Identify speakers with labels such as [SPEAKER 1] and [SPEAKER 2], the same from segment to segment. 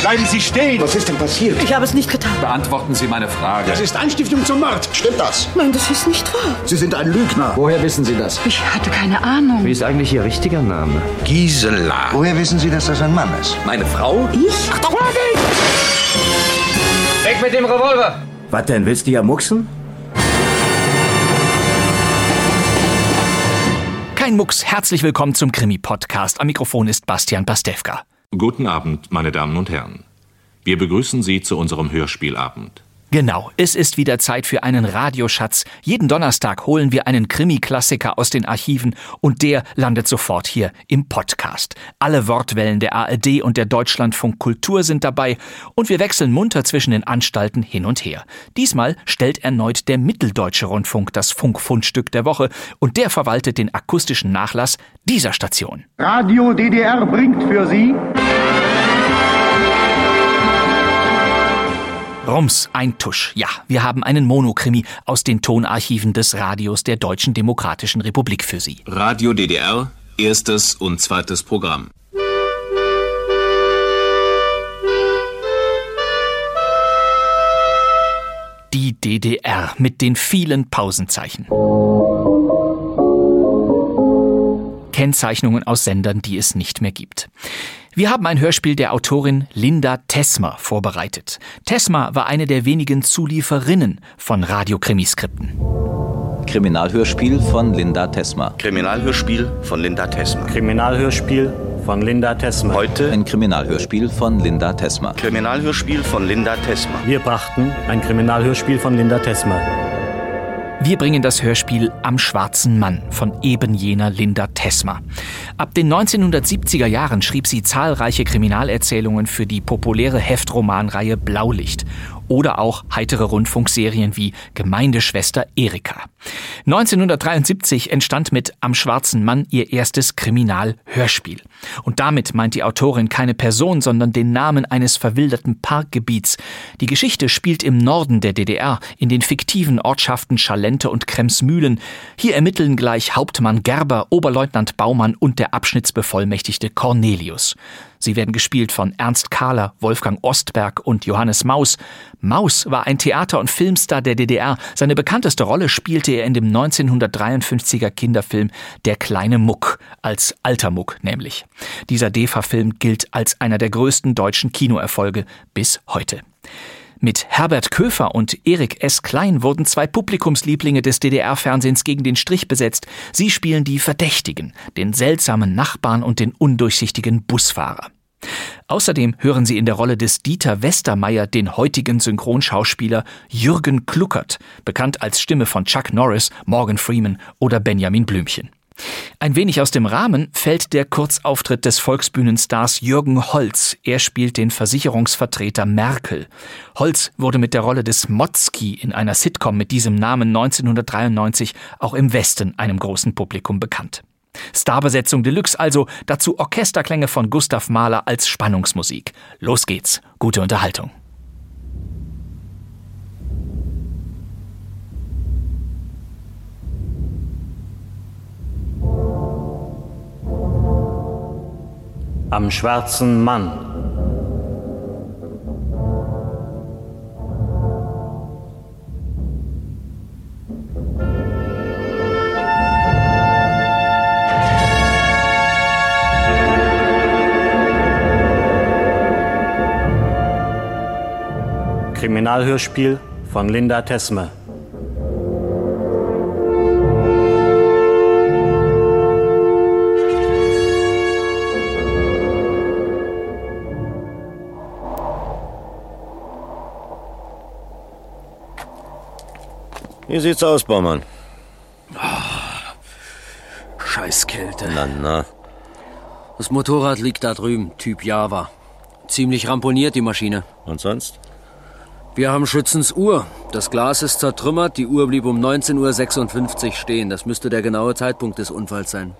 [SPEAKER 1] Bleiben Sie stehen!
[SPEAKER 2] Was ist denn passiert?
[SPEAKER 3] Ich habe es nicht getan.
[SPEAKER 4] beantworten Sie meine Frage.
[SPEAKER 1] Das ist Anstiftung zum Mord!
[SPEAKER 2] Stimmt das?
[SPEAKER 3] Nein, das ist nicht wahr.
[SPEAKER 2] Sie sind ein Lügner. Woher wissen Sie das?
[SPEAKER 3] Ich hatte keine Ahnung.
[SPEAKER 5] Wie ist eigentlich Ihr richtiger Name?
[SPEAKER 6] Gisela.
[SPEAKER 2] Woher wissen Sie, dass das ein Mann ist?
[SPEAKER 4] Meine Frau?
[SPEAKER 3] Ich? Ach, doch.
[SPEAKER 5] Weg mit dem Revolver! Was denn, willst du ja mucksen?
[SPEAKER 7] Kein Mucks, herzlich willkommen zum Krimi-Podcast. Am Mikrofon ist Bastian Pastewka.
[SPEAKER 8] Guten Abend, meine Damen und Herren. Wir begrüßen Sie zu unserem Hörspielabend.
[SPEAKER 7] Genau, es ist wieder Zeit für einen Radioschatz. Jeden Donnerstag holen wir einen Krimi-Klassiker aus den Archiven und der landet sofort hier im Podcast. Alle Wortwellen der ARD und der Deutschlandfunk Kultur sind dabei und wir wechseln munter zwischen den Anstalten hin und her. Diesmal stellt erneut der Mitteldeutsche Rundfunk das Funkfundstück der Woche und der verwaltet den akustischen Nachlass dieser Station.
[SPEAKER 1] Radio DDR bringt für Sie
[SPEAKER 7] Rums, ein Tusch. Ja, wir haben einen Monokrimi aus den Tonarchiven des Radios der Deutschen Demokratischen Republik für Sie.
[SPEAKER 8] Radio DDR, erstes und zweites Programm.
[SPEAKER 7] Die DDR mit den vielen Pausenzeichen. Kennzeichnungen aus Sendern, die es nicht mehr gibt. Wir haben ein Hörspiel der Autorin Linda Tesmer vorbereitet. Tesmer war eine der wenigen Zulieferinnen von Radiokrimi-Skripten.
[SPEAKER 9] Kriminalhörspiel von Linda Tesma.
[SPEAKER 2] Kriminalhörspiel von Linda Tessmer.
[SPEAKER 10] Kriminalhörspiel von Linda Tessmer.
[SPEAKER 2] Heute
[SPEAKER 9] Ein Kriminalhörspiel von Linda Tesma.
[SPEAKER 2] Kriminalhörspiel von Linda Tessmer.
[SPEAKER 10] Wir brachten ein Kriminalhörspiel von Linda Tessmer.
[SPEAKER 7] Wir bringen das Hörspiel Am schwarzen Mann von eben jener Linda Tesma. Ab den 1970er Jahren schrieb sie zahlreiche Kriminalerzählungen für die populäre Heftromanreihe Blaulicht oder auch heitere Rundfunkserien wie Gemeindeschwester Erika. 1973 entstand mit Am schwarzen Mann ihr erstes Kriminalhörspiel. Und damit meint die Autorin keine Person, sondern den Namen eines verwilderten Parkgebiets. Die Geschichte spielt im Norden der DDR, in den fiktiven Ortschaften Schalente und Kremsmühlen. Hier ermitteln gleich Hauptmann Gerber, Oberleutnant Baumann und der Abschnittsbevollmächtigte Cornelius. Sie werden gespielt von Ernst Kahler, Wolfgang Ostberg und Johannes Maus. Maus war ein Theater- und Filmstar der DDR. Seine bekannteste Rolle spielte er in dem 1953er Kinderfilm Der kleine Muck, als alter Muck nämlich. Dieser DEFA-Film gilt als einer der größten deutschen Kinoerfolge bis heute. Mit Herbert Köfer und Erik S. Klein wurden zwei Publikumslieblinge des DDR-Fernsehens gegen den Strich besetzt. Sie spielen die Verdächtigen, den seltsamen Nachbarn und den undurchsichtigen Busfahrer. Außerdem hören Sie in der Rolle des Dieter Westermeier den heutigen Synchronschauspieler Jürgen Kluckert, bekannt als Stimme von Chuck Norris, Morgan Freeman oder Benjamin Blümchen. Ein wenig aus dem Rahmen fällt der Kurzauftritt des Volksbühnenstars Jürgen Holz. Er spielt den Versicherungsvertreter Merkel. Holz wurde mit der Rolle des Motzki in einer Sitcom mit diesem Namen 1993 auch im Westen einem großen Publikum bekannt. Starbesetzung Deluxe also, dazu Orchesterklänge von Gustav Mahler als Spannungsmusik. Los geht's, gute Unterhaltung.
[SPEAKER 10] Am schwarzen Mann. Kriminalhörspiel von Linda Tessmer.
[SPEAKER 9] Wie sieht's aus, Baumann?
[SPEAKER 11] Scheißkälte.
[SPEAKER 9] Na, na.
[SPEAKER 11] Das Motorrad liegt da drüben, Typ Java. Ziemlich ramponiert die Maschine.
[SPEAKER 9] Und sonst?
[SPEAKER 11] Wir haben Schützens Uhr. Das Glas ist zertrümmert, die Uhr blieb um 19.56 Uhr stehen. Das müsste der genaue Zeitpunkt des Unfalls sein.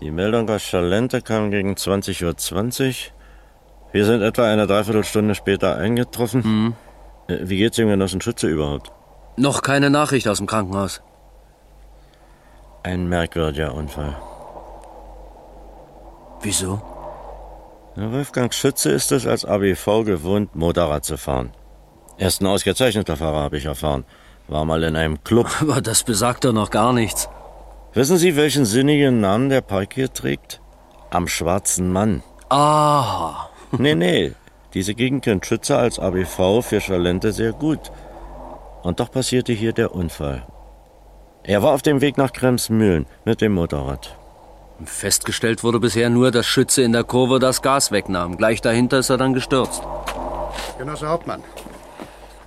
[SPEAKER 12] Die Meldung aus Chalente kam gegen 20.20 Uhr. Wir sind etwa eine Dreiviertelstunde später eingetroffen. Äh, Wie geht's dem Genossen Schütze überhaupt?
[SPEAKER 11] Mhm. Noch keine Nachricht aus dem Krankenhaus.
[SPEAKER 12] Ein merkwürdiger Unfall.
[SPEAKER 11] Wieso?
[SPEAKER 12] Wolfgang Schütze ist es als ABV gewohnt, Motorrad zu fahren. Er ist ein ausgezeichneter Fahrer, habe ich erfahren. War mal in einem Club.
[SPEAKER 11] Aber das besagt doch noch gar nichts.
[SPEAKER 12] Wissen Sie, welchen sinnigen Namen der Park hier trägt? Am schwarzen Mann.
[SPEAKER 11] Ah.
[SPEAKER 12] Nee, nee. Diese Gegend kennt Schütze als ABV für Schalente sehr gut. Und doch passierte hier der Unfall. Er war auf dem Weg nach Kremsmühlen mit dem Motorrad.
[SPEAKER 11] Festgestellt wurde bisher nur, dass Schütze in der Kurve das Gas wegnahm. Gleich dahinter ist er dann gestürzt.
[SPEAKER 13] Genosse Hauptmann,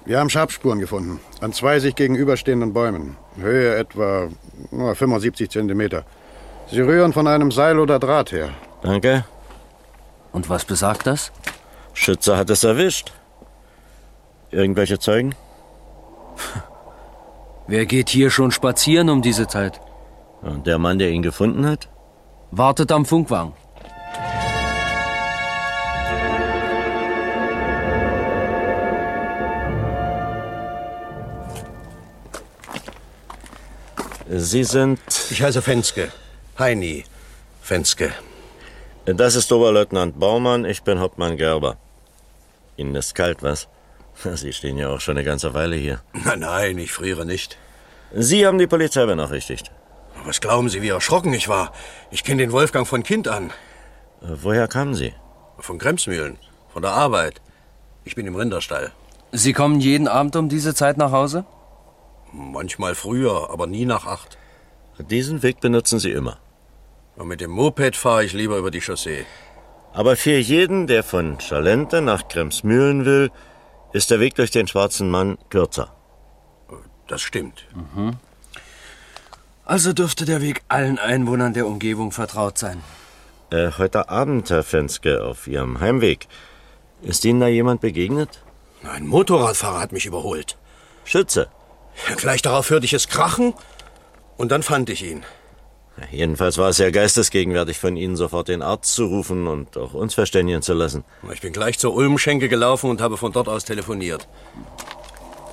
[SPEAKER 13] wir haben Schabspuren gefunden. An zwei sich gegenüberstehenden Bäumen. Höhe etwa na, 75 Zentimeter. Sie rühren von einem Seil oder Draht her.
[SPEAKER 12] Danke.
[SPEAKER 11] Und was besagt das?
[SPEAKER 12] Schütze hat es erwischt. Irgendwelche Zeugen?
[SPEAKER 11] Wer geht hier schon spazieren um diese Zeit?
[SPEAKER 12] Und der Mann, der ihn gefunden hat?
[SPEAKER 11] Wartet am Funkwagen.
[SPEAKER 12] Sie sind.
[SPEAKER 14] Ich heiße Fenske. Heini Fenske.
[SPEAKER 12] Das ist Oberleutnant Baumann, ich bin Hauptmann Gerber. Ihnen ist kalt, was? Sie stehen ja auch schon eine ganze Weile hier.
[SPEAKER 14] Nein, nein, ich friere nicht.
[SPEAKER 12] Sie haben die Polizei benachrichtigt.
[SPEAKER 14] Was glauben Sie, wie erschrocken ich war? Ich kenne den Wolfgang von Kind an.
[SPEAKER 12] Äh, Woher kamen Sie?
[SPEAKER 14] Von Kremsmühlen. Von der Arbeit. Ich bin im Rinderstall.
[SPEAKER 11] Sie kommen jeden Abend um diese Zeit nach Hause?
[SPEAKER 14] Manchmal früher, aber nie nach acht.
[SPEAKER 12] Diesen Weg benutzen Sie immer.
[SPEAKER 14] Und mit dem Moped fahre ich lieber über die Chaussee.
[SPEAKER 12] Aber für jeden, der von Schalente nach Kremsmühlen will, ist der Weg durch den schwarzen Mann kürzer.
[SPEAKER 14] Das stimmt.
[SPEAKER 11] Also dürfte der Weg allen Einwohnern der Umgebung vertraut sein.
[SPEAKER 12] Äh, heute Abend, Herr Fenske, auf Ihrem Heimweg. Ist Ihnen da jemand begegnet?
[SPEAKER 14] Ein Motorradfahrer hat mich überholt.
[SPEAKER 12] Schütze.
[SPEAKER 14] Gleich darauf hörte ich es krachen und dann fand ich ihn.
[SPEAKER 12] Jedenfalls war es ja geistesgegenwärtig von Ihnen, sofort den Arzt zu rufen und auch uns verständigen zu lassen.
[SPEAKER 14] Ich bin gleich zur Ulmschenke gelaufen und habe von dort aus telefoniert.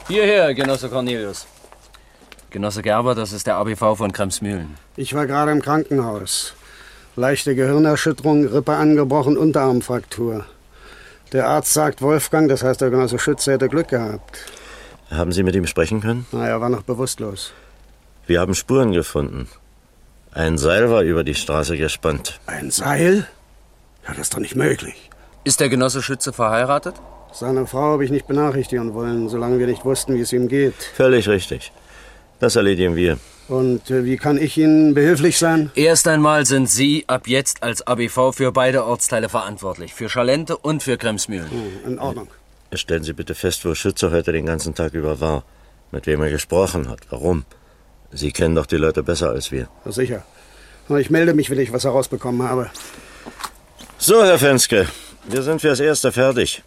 [SPEAKER 11] Hierher, Genosse Cornelius. Genosse Gerber, das ist der ABV von Kremsmühlen.
[SPEAKER 15] Ich war gerade im Krankenhaus. Leichte Gehirnerschütterung, Rippe angebrochen, Unterarmfraktur. Der Arzt sagt Wolfgang, das heißt der Genosse Schütze hätte Glück gehabt.
[SPEAKER 12] Haben Sie mit ihm sprechen können?
[SPEAKER 15] Na, er war noch bewusstlos.
[SPEAKER 12] Wir haben Spuren gefunden. Ein Seil war über die Straße gespannt.
[SPEAKER 15] Ein Seil? Ja, das ist doch nicht möglich.
[SPEAKER 11] Ist der Genosse Schütze verheiratet?
[SPEAKER 15] Seine Frau habe ich nicht benachrichtigen wollen, solange wir nicht wussten, wie es ihm geht.
[SPEAKER 12] Völlig richtig. Das erledigen wir.
[SPEAKER 15] Und äh, wie kann ich Ihnen behilflich sein?
[SPEAKER 11] Erst einmal sind Sie ab jetzt als ABV für beide Ortsteile verantwortlich. Für Schalente und für Kremsmühlen.
[SPEAKER 15] Hm, In Ordnung.
[SPEAKER 12] Stellen Sie bitte fest, wo Schütze heute den ganzen Tag über war, mit wem er gesprochen hat, warum. Sie kennen doch die Leute besser als wir.
[SPEAKER 15] Ja, Sicher. Aber Ich melde mich, wenn ich was herausbekommen habe.
[SPEAKER 12] So, Herr Fenske, wir sind fürs Erste fertig.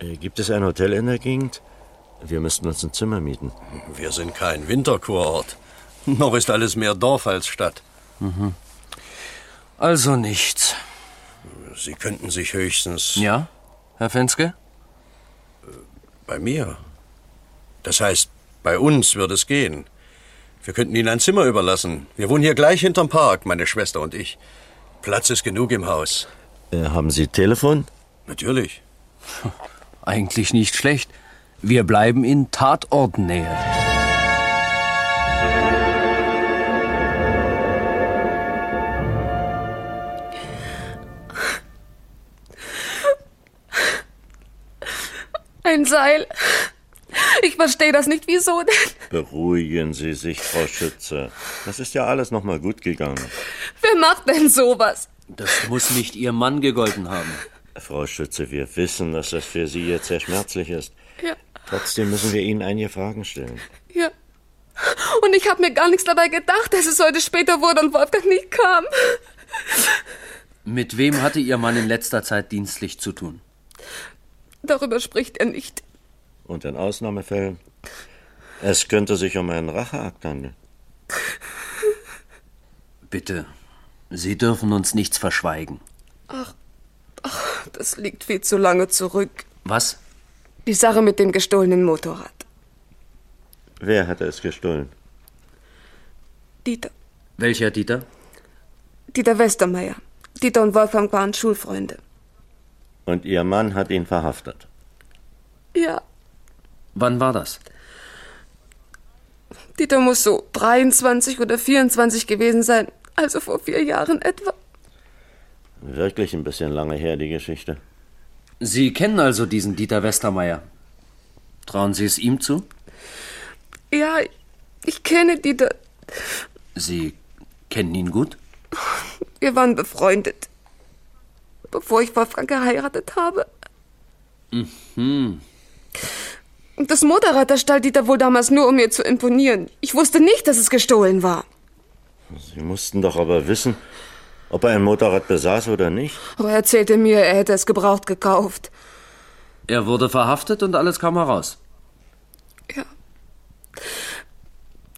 [SPEAKER 12] Äh, Gibt es ein Hotel in der Gegend? Wir müssten uns ein Zimmer mieten.
[SPEAKER 14] Wir sind kein Winterkurort. Noch ist alles mehr Dorf als Stadt.
[SPEAKER 11] Mhm. Also nichts.
[SPEAKER 14] Sie könnten sich höchstens. Äh,
[SPEAKER 11] Ja, Herr Fenske?
[SPEAKER 14] Bei mir. Das heißt, bei uns würde es gehen. Wir könnten Ihnen ein Zimmer überlassen. Wir wohnen hier gleich hinterm Park, meine Schwester und ich. Platz ist genug im Haus.
[SPEAKER 12] Äh, haben Sie Telefon?
[SPEAKER 14] Natürlich.
[SPEAKER 11] Eigentlich nicht schlecht. Wir bleiben in Tatortnähe.
[SPEAKER 16] Ein Seil. Ich verstehe das nicht. Wieso denn?
[SPEAKER 12] Beruhigen Sie sich, Frau Schütze. Das ist ja alles nochmal gut gegangen.
[SPEAKER 16] Wer macht denn sowas?
[SPEAKER 11] Das muss nicht Ihr Mann gegolten haben.
[SPEAKER 12] Frau Schütze, wir wissen, dass das für Sie jetzt sehr schmerzlich ist.
[SPEAKER 16] Ja,
[SPEAKER 12] Trotzdem müssen wir Ihnen einige Fragen stellen.
[SPEAKER 16] ja. Und ich habe mir gar nichts dabei gedacht, dass es heute später wurde und Wolfgang nicht kam.
[SPEAKER 11] Mit wem hatte Ihr Mann in letzter Zeit dienstlich zu tun?
[SPEAKER 16] Darüber spricht er nicht.
[SPEAKER 12] Und in Ausnahmefällen, es könnte sich um einen Racheakt handeln.
[SPEAKER 11] Bitte, Sie dürfen uns nichts verschweigen.
[SPEAKER 16] Ach, ach, das liegt viel zu lange zurück.
[SPEAKER 11] Was?
[SPEAKER 16] Die Sache mit dem gestohlenen Motorrad.
[SPEAKER 12] Wer hatte es gestohlen?
[SPEAKER 16] Dieter,
[SPEAKER 11] Welcher Dieter?
[SPEAKER 16] Dieter Westermeier. Dieter und Wolfgang waren Schulfreunde.
[SPEAKER 12] Und Ihr Mann hat ihn verhaftet.
[SPEAKER 16] Ja,
[SPEAKER 11] Wann war das?
[SPEAKER 16] Dieter muss so 23 oder 24 gewesen sein, also vor vier Jahren etwa.
[SPEAKER 12] Wirklich ein bisschen lange her, die Geschichte.
[SPEAKER 11] Sie kennen also diesen Dieter Westermeier. Trauen Sie es ihm zu?
[SPEAKER 16] Ja, ich- ich kenne Dieter.
[SPEAKER 11] Sie kennen ihn gut?
[SPEAKER 16] Wir waren befreundet. Bevor ich Wolfgang geheiratet habe.
[SPEAKER 11] Mhm.
[SPEAKER 16] Und Das Motorrad erstahl Dieter wohl damals nur, um mir zu imponieren. Ich wusste nicht, dass es gestohlen war.
[SPEAKER 12] Sie mussten doch aber wissen, ob er ein Motorrad besaß oder nicht.
[SPEAKER 16] Aber er erzählte mir, er hätte es gebraucht gekauft.
[SPEAKER 11] Er wurde verhaftet und alles kam heraus.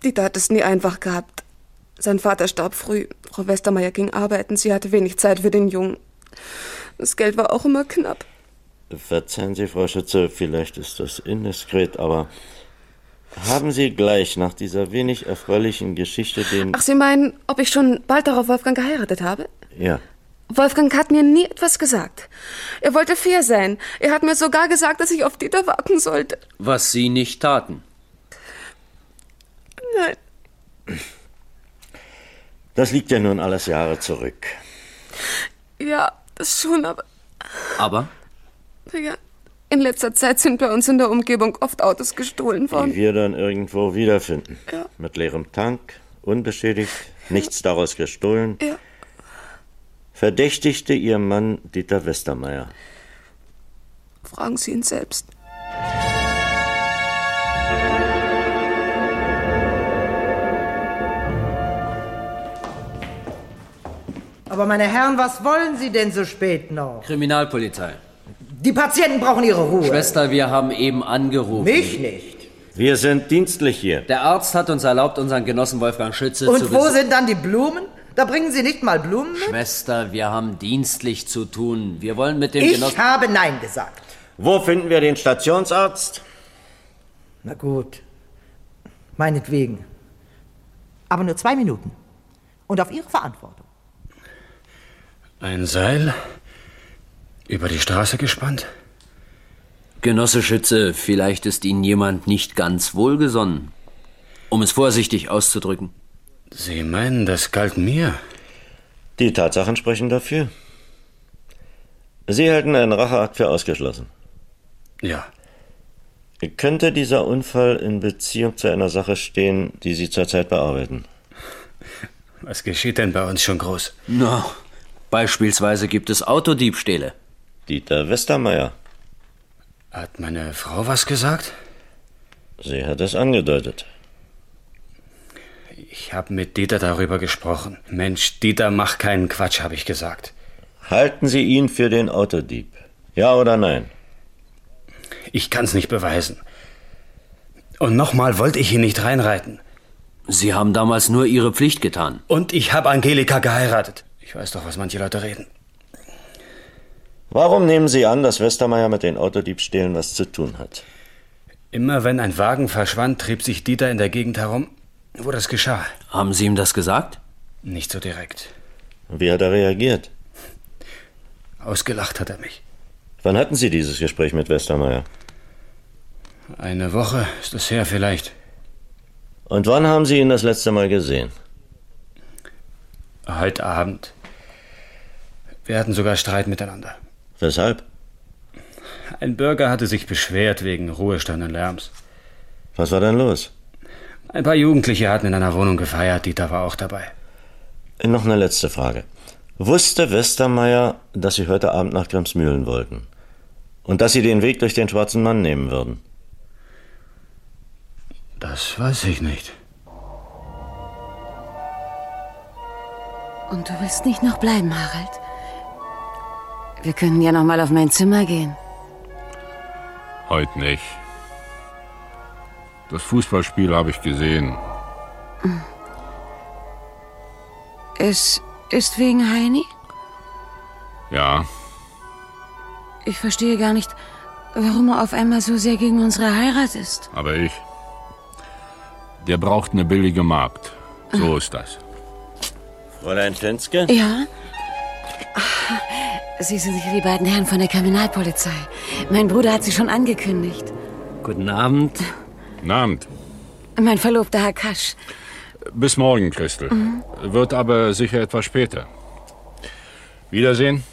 [SPEAKER 16] Dieter hat es nie einfach gehabt. Sein Vater starb früh. Frau Westermeier ging arbeiten. Sie hatte wenig Zeit für den Jungen. Das Geld war auch immer knapp.
[SPEAKER 12] Verzeihen Sie, Frau Schütze, vielleicht ist das indiskret, aber haben Sie gleich nach dieser wenig erfreulichen Geschichte den.
[SPEAKER 16] Ach, Sie meinen, ob ich schon bald darauf Wolfgang geheiratet habe?
[SPEAKER 12] ja.
[SPEAKER 16] Wolfgang hat mir nie etwas gesagt. Er wollte fair sein. Er hat mir sogar gesagt, dass ich auf Dieter warten sollte.
[SPEAKER 11] Was Sie nicht taten.
[SPEAKER 16] Nein,
[SPEAKER 12] Das liegt ja nun alles Jahre zurück.
[SPEAKER 16] ja, das schon, aber
[SPEAKER 11] Aber?
[SPEAKER 16] ja. In letzter Zeit sind bei uns in der Umgebung oft Autos gestohlen worden.
[SPEAKER 12] Die wir dann irgendwo wiederfinden.
[SPEAKER 16] Ja.
[SPEAKER 12] Mit leerem Tank, unbeschädigt, nichts daraus gestohlen.
[SPEAKER 16] Ja.
[SPEAKER 12] Verdächtigte ihr Mann Dieter Westermeier.
[SPEAKER 16] Fragen Sie ihn selbst.
[SPEAKER 17] Aber meine Herren, was wollen Sie denn so spät noch?
[SPEAKER 11] Kriminalpolizei.
[SPEAKER 17] Die Patienten brauchen ihre Ruhe.
[SPEAKER 11] Schwester, wir haben eben angerufen.
[SPEAKER 17] Mich nicht.
[SPEAKER 12] Wir sind dienstlich hier.
[SPEAKER 11] Der Arzt hat uns erlaubt, unseren Genossen Wolfgang Schütze zu
[SPEAKER 17] Und wo
[SPEAKER 11] bes-
[SPEAKER 17] sind dann die Blumen? Da bringen Sie nicht mal Blumen mit?
[SPEAKER 11] Schwester, wir haben dienstlich zu tun. Wir wollen mit dem
[SPEAKER 17] Ich
[SPEAKER 11] Genossen...
[SPEAKER 17] habe Nein gesagt.
[SPEAKER 12] Wo finden wir den Stationsarzt?
[SPEAKER 17] Na gut. Meinetwegen. Aber nur zwei Minuten. Und auf Ihre Verantwortung.
[SPEAKER 11] Ein Seil? Über die Straße gespannt? Genosse Schütze, vielleicht ist Ihnen jemand nicht ganz wohlgesonnen. Um es vorsichtig auszudrücken.
[SPEAKER 12] Sie meinen, das galt mir? Die Tatsachen sprechen dafür. Sie halten einen Racheakt für ausgeschlossen.
[SPEAKER 14] Ja.
[SPEAKER 12] Könnte dieser Unfall in Beziehung zu einer Sache stehen, die Sie zurzeit bearbeiten?
[SPEAKER 14] Was geschieht denn bei uns schon groß?
[SPEAKER 11] Na, beispielsweise gibt es Autodiebstähle.
[SPEAKER 12] Dieter Westermeier.
[SPEAKER 14] Hat meine Frau was gesagt?
[SPEAKER 12] Sie hat es angedeutet.
[SPEAKER 14] Ich habe mit Dieter darüber gesprochen. Mensch, Dieter, mach keinen Quatsch, habe ich gesagt.
[SPEAKER 12] Halten Sie ihn für den Autodieb? Ja oder nein?
[SPEAKER 14] Ich kann's nicht beweisen. Und nochmal wollte ich ihn nicht reinreiten.
[SPEAKER 11] Sie haben damals nur Ihre Pflicht getan.
[SPEAKER 14] Und ich habe Angelika geheiratet. Ich weiß doch, was manche Leute reden.
[SPEAKER 12] Warum nehmen Sie an, dass Westermeier mit den Autodiebstählen was zu tun hat?
[SPEAKER 14] Immer wenn ein Wagen verschwand, trieb sich Dieter in der Gegend herum, wo das geschah.
[SPEAKER 11] Haben Sie ihm das gesagt?
[SPEAKER 14] Nicht so direkt.
[SPEAKER 12] Wie hat er reagiert?
[SPEAKER 14] Ausgelacht hat er mich.
[SPEAKER 12] Wann hatten Sie dieses Gespräch mit Westermeier?
[SPEAKER 14] Eine Woche ist es her vielleicht.
[SPEAKER 12] Und wann haben Sie ihn das letzte Mal gesehen?
[SPEAKER 14] Heute Abend. Wir hatten sogar Streit miteinander.
[SPEAKER 12] Weshalb?
[SPEAKER 14] Ein Bürger hatte sich beschwert wegen Ruhestand und Lärms.
[SPEAKER 12] Was war denn los?
[SPEAKER 14] Ein paar Jugendliche hatten in einer Wohnung gefeiert, Dieter war auch dabei.
[SPEAKER 12] Noch eine letzte Frage. Wusste Westermeier, dass Sie heute Abend nach Grimmsmühlen wollten? Und dass Sie den Weg durch den schwarzen Mann nehmen würden?
[SPEAKER 14] Das weiß ich nicht.
[SPEAKER 18] Und du willst nicht noch bleiben, Harald? Wir können ja noch mal auf mein Zimmer gehen.
[SPEAKER 19] Heute nicht. Das Fußballspiel habe ich gesehen.
[SPEAKER 18] Ist
[SPEAKER 8] Ist wegen Heini?
[SPEAKER 20] Ja,
[SPEAKER 8] Ich verstehe gar nicht, warum er auf einmal so sehr gegen unsere Heirat ist.
[SPEAKER 20] aber ich. Der braucht eine billige Magd. So ist das.
[SPEAKER 12] Fräulein Flenske?
[SPEAKER 8] Ja? Sie sind hier die beiden Herren von der Kriminalpolizei. Mein Bruder hat sie schon angekündigt.
[SPEAKER 20] Guten Abend. Guten Abend.
[SPEAKER 8] Mein Verlobter Hakash.
[SPEAKER 20] Bis morgen, Christel.
[SPEAKER 8] Mhm.
[SPEAKER 20] Wird aber sicher etwas später. Wiedersehen.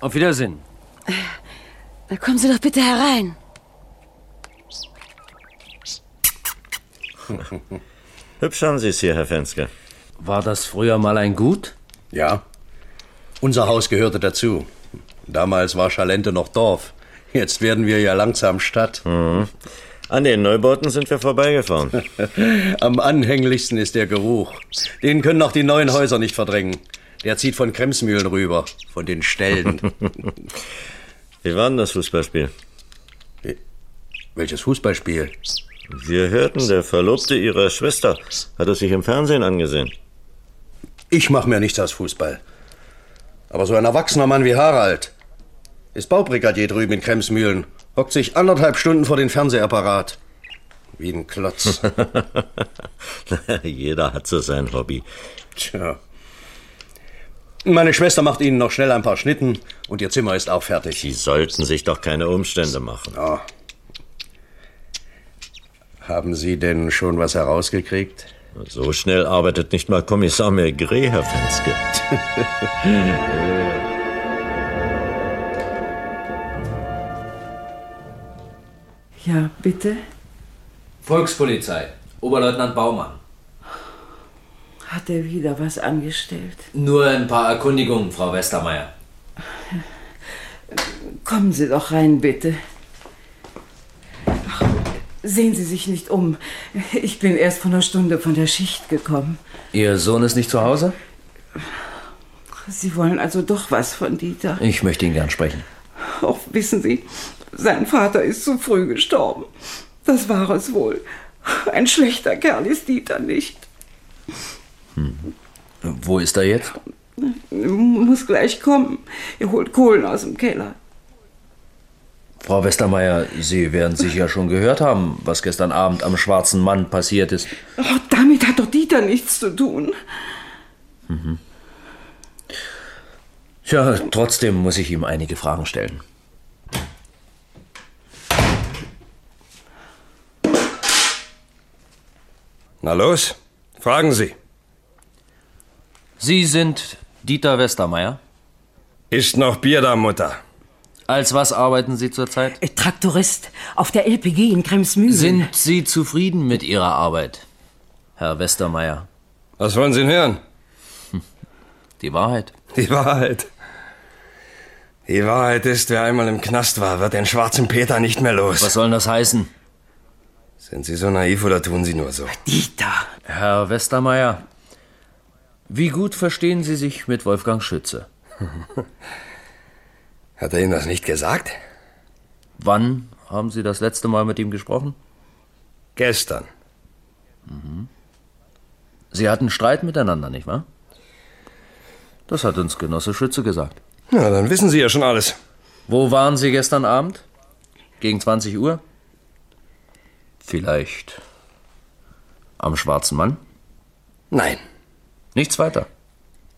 [SPEAKER 20] Auf Wiedersehen.
[SPEAKER 8] Na, Kommen Sie doch bitte herein.
[SPEAKER 12] Hübsch haben Sie es hier, Herr Fenske.
[SPEAKER 21] War das früher mal ein Gut? Ja. Unser Haus gehörte dazu. Damals war Schalente noch Dorf. Jetzt werden wir ja langsam Stadt.
[SPEAKER 12] Mhm. An den Neubauten sind wir vorbeigefahren.
[SPEAKER 21] Am anhänglichsten ist der Geruch. Den können auch die neuen Häuser nicht verdrängen. Der zieht von Kremsmühlen rüber, von den Stellen.
[SPEAKER 12] Wie war denn das Fußballspiel?
[SPEAKER 21] Welches Fußballspiel?
[SPEAKER 12] Wir hörten, der Verlobte Ihrer Schwester hat es sich im Fernsehen angesehen.
[SPEAKER 21] Ich mache mir nichts aus Fußball. Aber so ein erwachsener Mann wie Harald ist Baubrigadier drüben in Kremsmühlen, hockt sich anderthalb Stunden vor den Fernsehapparat. Wie ein Klotz.
[SPEAKER 12] Jeder hat so sein Hobby.
[SPEAKER 21] Tja. Meine Schwester macht Ihnen noch schnell ein paar Schnitten und Ihr Zimmer ist auch fertig. Sie
[SPEAKER 12] sollten sich doch keine Umstände machen.
[SPEAKER 21] Ja. Haben Sie denn schon was herausgekriegt?
[SPEAKER 12] So schnell arbeitet nicht mal Kommissar Maigret, Herr Fenske.
[SPEAKER 17] Ja, bitte?
[SPEAKER 11] Volkspolizei. Oberleutnant Baumann.
[SPEAKER 17] Hat er wieder was angestellt?
[SPEAKER 11] Nur ein paar Erkundigungen, Frau Westermeier.
[SPEAKER 17] Kommen Sie doch rein, bitte. Ach, Sehen Sie sich nicht um. Ich bin erst vor einer Stunde von der Schicht gekommen.
[SPEAKER 11] Ihr Sohn ist nicht zu Hause?
[SPEAKER 17] Sie wollen also doch was von Dieter.
[SPEAKER 11] Ich möchte ihn gern sprechen.
[SPEAKER 17] Auch wissen Sie, sein Vater ist zu früh gestorben. Das war es wohl. Ein schlechter Kerl ist Dieter nicht.
[SPEAKER 11] Wo ist er jetzt?
[SPEAKER 17] Muss gleich kommen. Er holt Kohlen aus dem Keller.
[SPEAKER 11] Frau Westermeier, Sie werden sich ja schon gehört haben, was gestern Abend am Schwarzen Mann passiert ist.
[SPEAKER 17] Oh, damit hat doch Dieter nichts zu tun.
[SPEAKER 11] Tja, trotzdem muss ich ihm einige Fragen stellen.
[SPEAKER 22] Na los, fragen Sie.
[SPEAKER 11] Sie sind Dieter Westermeier?
[SPEAKER 22] Ist noch Bier da, Mutter?
[SPEAKER 11] Als was arbeiten Sie zurzeit?
[SPEAKER 23] Äh, Traktorist auf der LPG in Kremsmühlen.
[SPEAKER 11] Sind Sie zufrieden mit Ihrer Arbeit, Herr Westermeier?
[SPEAKER 22] Was wollen Sie denn hören?
[SPEAKER 11] Die Wahrheit.
[SPEAKER 22] Die Wahrheit. Die Wahrheit ist, wer einmal im Knast war, wird den schwarzen Peter nicht mehr los. Was
[SPEAKER 11] soll das heißen?
[SPEAKER 22] Sind Sie so naiv oder tun Sie nur so?
[SPEAKER 11] Dieter! Herr Westermeier, wie gut verstehen Sie sich mit Wolfgang Schütze?
[SPEAKER 22] Hat er Ihnen das nicht gesagt?
[SPEAKER 11] Wann haben Sie das letzte Mal mit ihm gesprochen? Mhm.
[SPEAKER 22] Gestern.
[SPEAKER 11] Sie hatten Streit miteinander, nicht wahr? Das hat uns Genosse Schütze gesagt.
[SPEAKER 22] Na, dann wissen Sie ja schon alles.
[SPEAKER 11] Wo waren Sie gestern Abend? Gegen 20 Uhr? Vielleicht am Schwarzen Mann?
[SPEAKER 22] Nein.
[SPEAKER 11] Nichts weiter.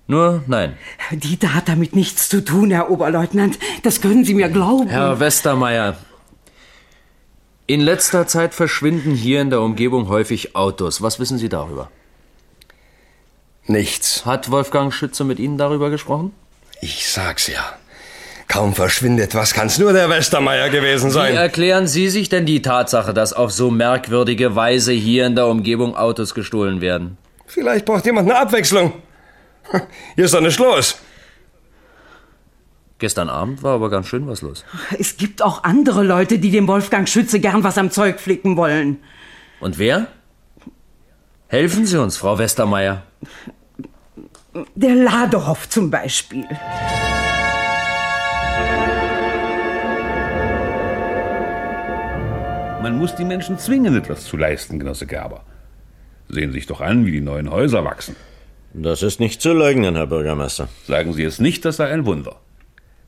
[SPEAKER 11] Nur nein.
[SPEAKER 23] Dieter hat damit nichts zu tun, Herr Oberleutnant. Das können Sie mir glauben.
[SPEAKER 11] Herr Westermeier, in letzter Zeit verschwinden hier in der Umgebung häufig Autos. Was wissen Sie darüber?
[SPEAKER 22] Nichts.
[SPEAKER 11] Hat Wolfgang Schütze mit Ihnen darüber gesprochen?
[SPEAKER 22] Ich sag's ja. Kaum verschwindet was, kann's nur der Westermeier gewesen
[SPEAKER 11] Wie
[SPEAKER 22] sein.
[SPEAKER 11] erklären Sie sich denn die Tatsache, dass auf so merkwürdige Weise hier in der Umgebung Autos gestohlen werden?
[SPEAKER 22] Vielleicht braucht jemand eine Abwechslung. Hier ist doch nicht los.
[SPEAKER 11] Gestern Abend war aber ganz schön was los.
[SPEAKER 23] Es gibt auch andere Leute, die dem Wolfgang Schütze gern was am Zeug flicken wollen.
[SPEAKER 11] Und wer? Helfen Sie uns, Frau Westermeier.
[SPEAKER 23] Der Ladehoff zum Beispiel.
[SPEAKER 24] Man muss die Menschen zwingen, etwas zu leisten, Genosse Gerber. Sehen Sie sich doch an, wie die neuen Häuser wachsen.
[SPEAKER 12] Das ist nicht zu leugnen, Herr Bürgermeister.
[SPEAKER 20] Sagen Sie es nicht, das sei ein Wunder.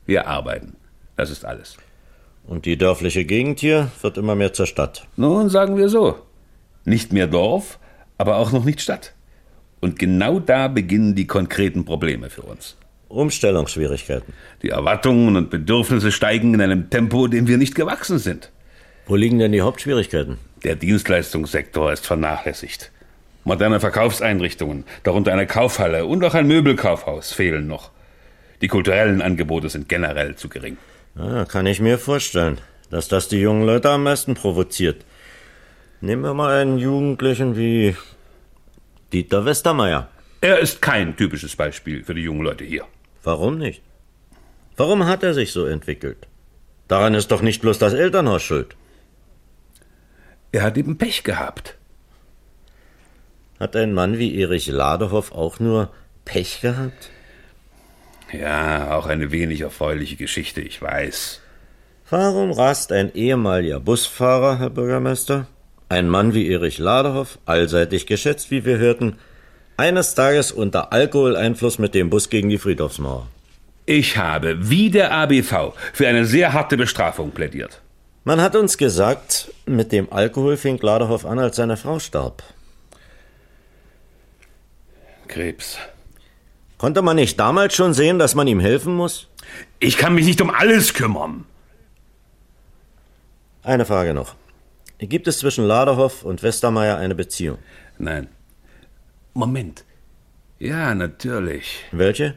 [SPEAKER 20] Wir arbeiten. Das ist alles.
[SPEAKER 12] Und die dörfliche Gegend hier wird immer mehr zur Stadt.
[SPEAKER 20] Nun sagen wir so. Nicht mehr Dorf, aber auch noch nicht Stadt. Und genau da beginnen die konkreten Probleme für uns.
[SPEAKER 12] Umstellungsschwierigkeiten.
[SPEAKER 20] Die Erwartungen und Bedürfnisse steigen in einem Tempo, dem wir nicht gewachsen sind.
[SPEAKER 12] Wo liegen denn die Hauptschwierigkeiten?
[SPEAKER 20] Der Dienstleistungssektor ist vernachlässigt. Moderne Verkaufseinrichtungen, darunter eine Kaufhalle und auch ein Möbelkaufhaus fehlen noch. Die kulturellen Angebote sind generell zu gering.
[SPEAKER 12] Ah, kann ich mir vorstellen, dass das die jungen Leute am meisten provoziert. Nehmen wir mal einen Jugendlichen wie Dieter Westermeier.
[SPEAKER 20] Er ist kein typisches Beispiel für die jungen Leute hier.
[SPEAKER 12] Warum nicht? Warum hat er sich so entwickelt? Daran ist doch nicht bloß das Elternhaus schuld.
[SPEAKER 20] Er hat eben Pech gehabt.
[SPEAKER 12] Hat ein Mann wie Erich Ladehoff auch nur Pech gehabt?
[SPEAKER 20] Ja, auch eine wenig erfreuliche Geschichte, ich weiß.
[SPEAKER 12] Warum rast ein ehemaliger Busfahrer, Herr Bürgermeister, ein Mann wie Erich Ladehoff, allseitig geschätzt, wie wir hörten, eines Tages unter Alkoholeinfluss mit dem Bus gegen die Friedhofsmauer?
[SPEAKER 20] Ich habe, wie der ABV, für eine sehr harte Bestrafung plädiert.
[SPEAKER 12] Man hat uns gesagt, mit dem Alkohol fing Ladehoff an, als seine Frau starb.
[SPEAKER 20] Krebs.
[SPEAKER 12] Konnte man nicht damals schon sehen, dass man ihm helfen muss?
[SPEAKER 20] Ich kann mich nicht um alles kümmern.
[SPEAKER 12] Eine Frage noch. Gibt es zwischen Ladehoff und Westermeier eine Beziehung?
[SPEAKER 20] Nein. Moment. Ja, natürlich.
[SPEAKER 12] Welche?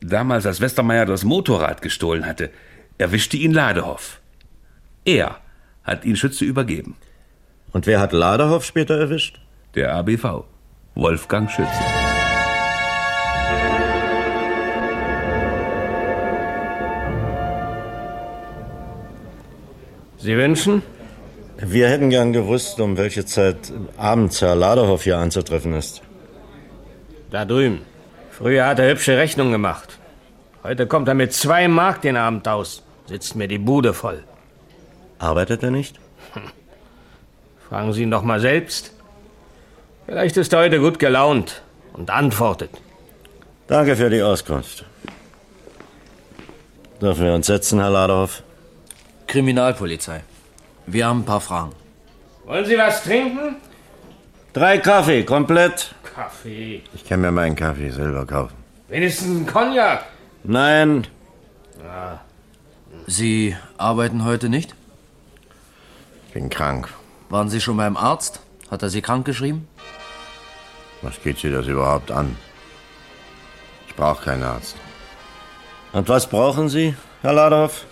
[SPEAKER 20] Damals, als Westermeier das Motorrad gestohlen hatte, erwischte ihn Ladehoff. Er hat ihn Schütze übergeben.
[SPEAKER 12] Und wer hat Ladehoff später erwischt?
[SPEAKER 20] Der ABV. Wolfgang Schütze.
[SPEAKER 12] Sie wünschen? Wir hätten gern gewusst, um welche Zeit abends Herr Ladehoff hier anzutreffen ist.
[SPEAKER 6] Da drüben. Früher hat er hübsche Rechnung gemacht. Heute kommt er mit zwei Mark den Abend aus. Sitzt mir die Bude voll.
[SPEAKER 12] Arbeitet er nicht?
[SPEAKER 6] Fragen Sie ihn doch mal selbst. Vielleicht ist er heute gut gelaunt und antwortet.
[SPEAKER 12] Danke für die Auskunft. Dürfen wir uns setzen, Herr Ladehoff?
[SPEAKER 11] Kriminalpolizei. Wir haben ein paar Fragen.
[SPEAKER 6] Wollen Sie was trinken?
[SPEAKER 12] Drei Kaffee, komplett.
[SPEAKER 6] Kaffee.
[SPEAKER 12] Ich kann mir meinen Kaffee selber kaufen.
[SPEAKER 6] Wenigstens ein Cognac. Ah.
[SPEAKER 12] Nein.
[SPEAKER 11] Sie arbeiten heute nicht?
[SPEAKER 12] Bin krank.
[SPEAKER 11] Waren Sie schon beim Arzt? Hat er Sie krank geschrieben?
[SPEAKER 12] Was geht Sie das überhaupt an? Ich brauche keinen Arzt. Und was brauchen Sie, Herr Ladoff?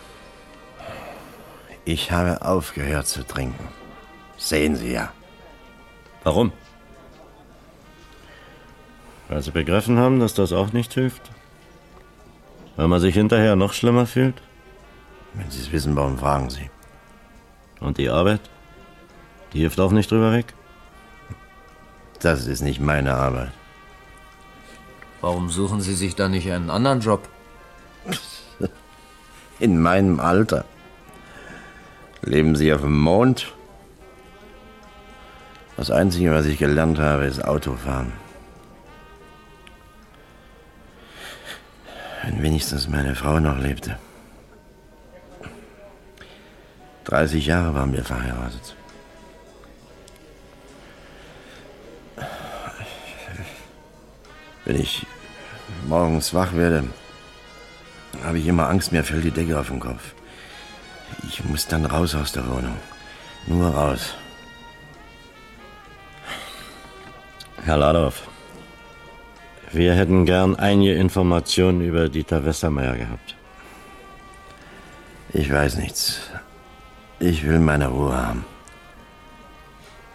[SPEAKER 12] Ich habe aufgehört zu trinken. Sehen Sie ja. Warum? Weil Sie begriffen haben, dass das auch nicht hilft? Weil man sich hinterher noch schlimmer fühlt? Wenn Sie es wissen, warum fragen Sie? Und die Arbeit? Die hilft auch nicht drüber weg? Das ist nicht meine Arbeit.
[SPEAKER 11] Warum suchen Sie sich dann nicht einen anderen Job?
[SPEAKER 21] In meinem Alter. Leben Sie auf dem Mond? Das Einzige, was ich gelernt habe, ist Autofahren. Wenn wenigstens meine Frau noch lebte. 30 Jahre waren wir verheiratet. Wenn ich morgens wach werde, habe ich immer Angst, mir fällt die Decke auf den Kopf. Ich muss dann raus aus der Wohnung. Nur raus.
[SPEAKER 12] Herr Ladoff, wir hätten gern einige Informationen über Dieter Westermeier gehabt.
[SPEAKER 21] Ich weiß nichts. Ich will meine Ruhe haben.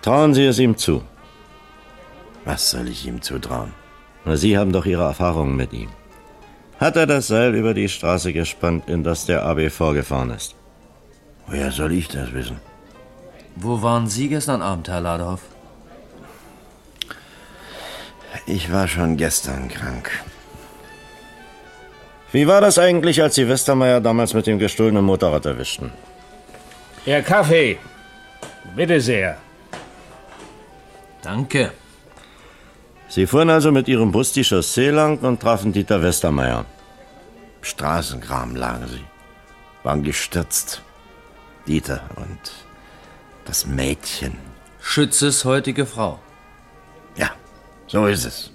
[SPEAKER 12] Trauen Sie es ihm zu.
[SPEAKER 21] Was soll ich ihm zutrauen?
[SPEAKER 12] Na, Sie haben doch Ihre Erfahrungen mit ihm. Hat er das Seil über die Straße gespannt, in das der AB vorgefahren ist?
[SPEAKER 21] Woher soll ich das wissen?
[SPEAKER 11] Wo waren Sie gestern Abend, Herr Ladehoff?
[SPEAKER 21] Ich war schon gestern krank.
[SPEAKER 12] Wie war das eigentlich, als Sie Westermeier damals mit dem gestohlenen Motorrad erwischten?
[SPEAKER 6] Ihr Kaffee. Bitte sehr.
[SPEAKER 11] Danke.
[SPEAKER 12] Sie fuhren also mit Ihrem Bus die Chaussee lang und trafen Dieter Westermeier.
[SPEAKER 21] Straßengraben lagen sie, waren gestürzt. Dieter und das Mädchen.
[SPEAKER 11] Schützes heutige Frau.
[SPEAKER 21] Ja, so ist es.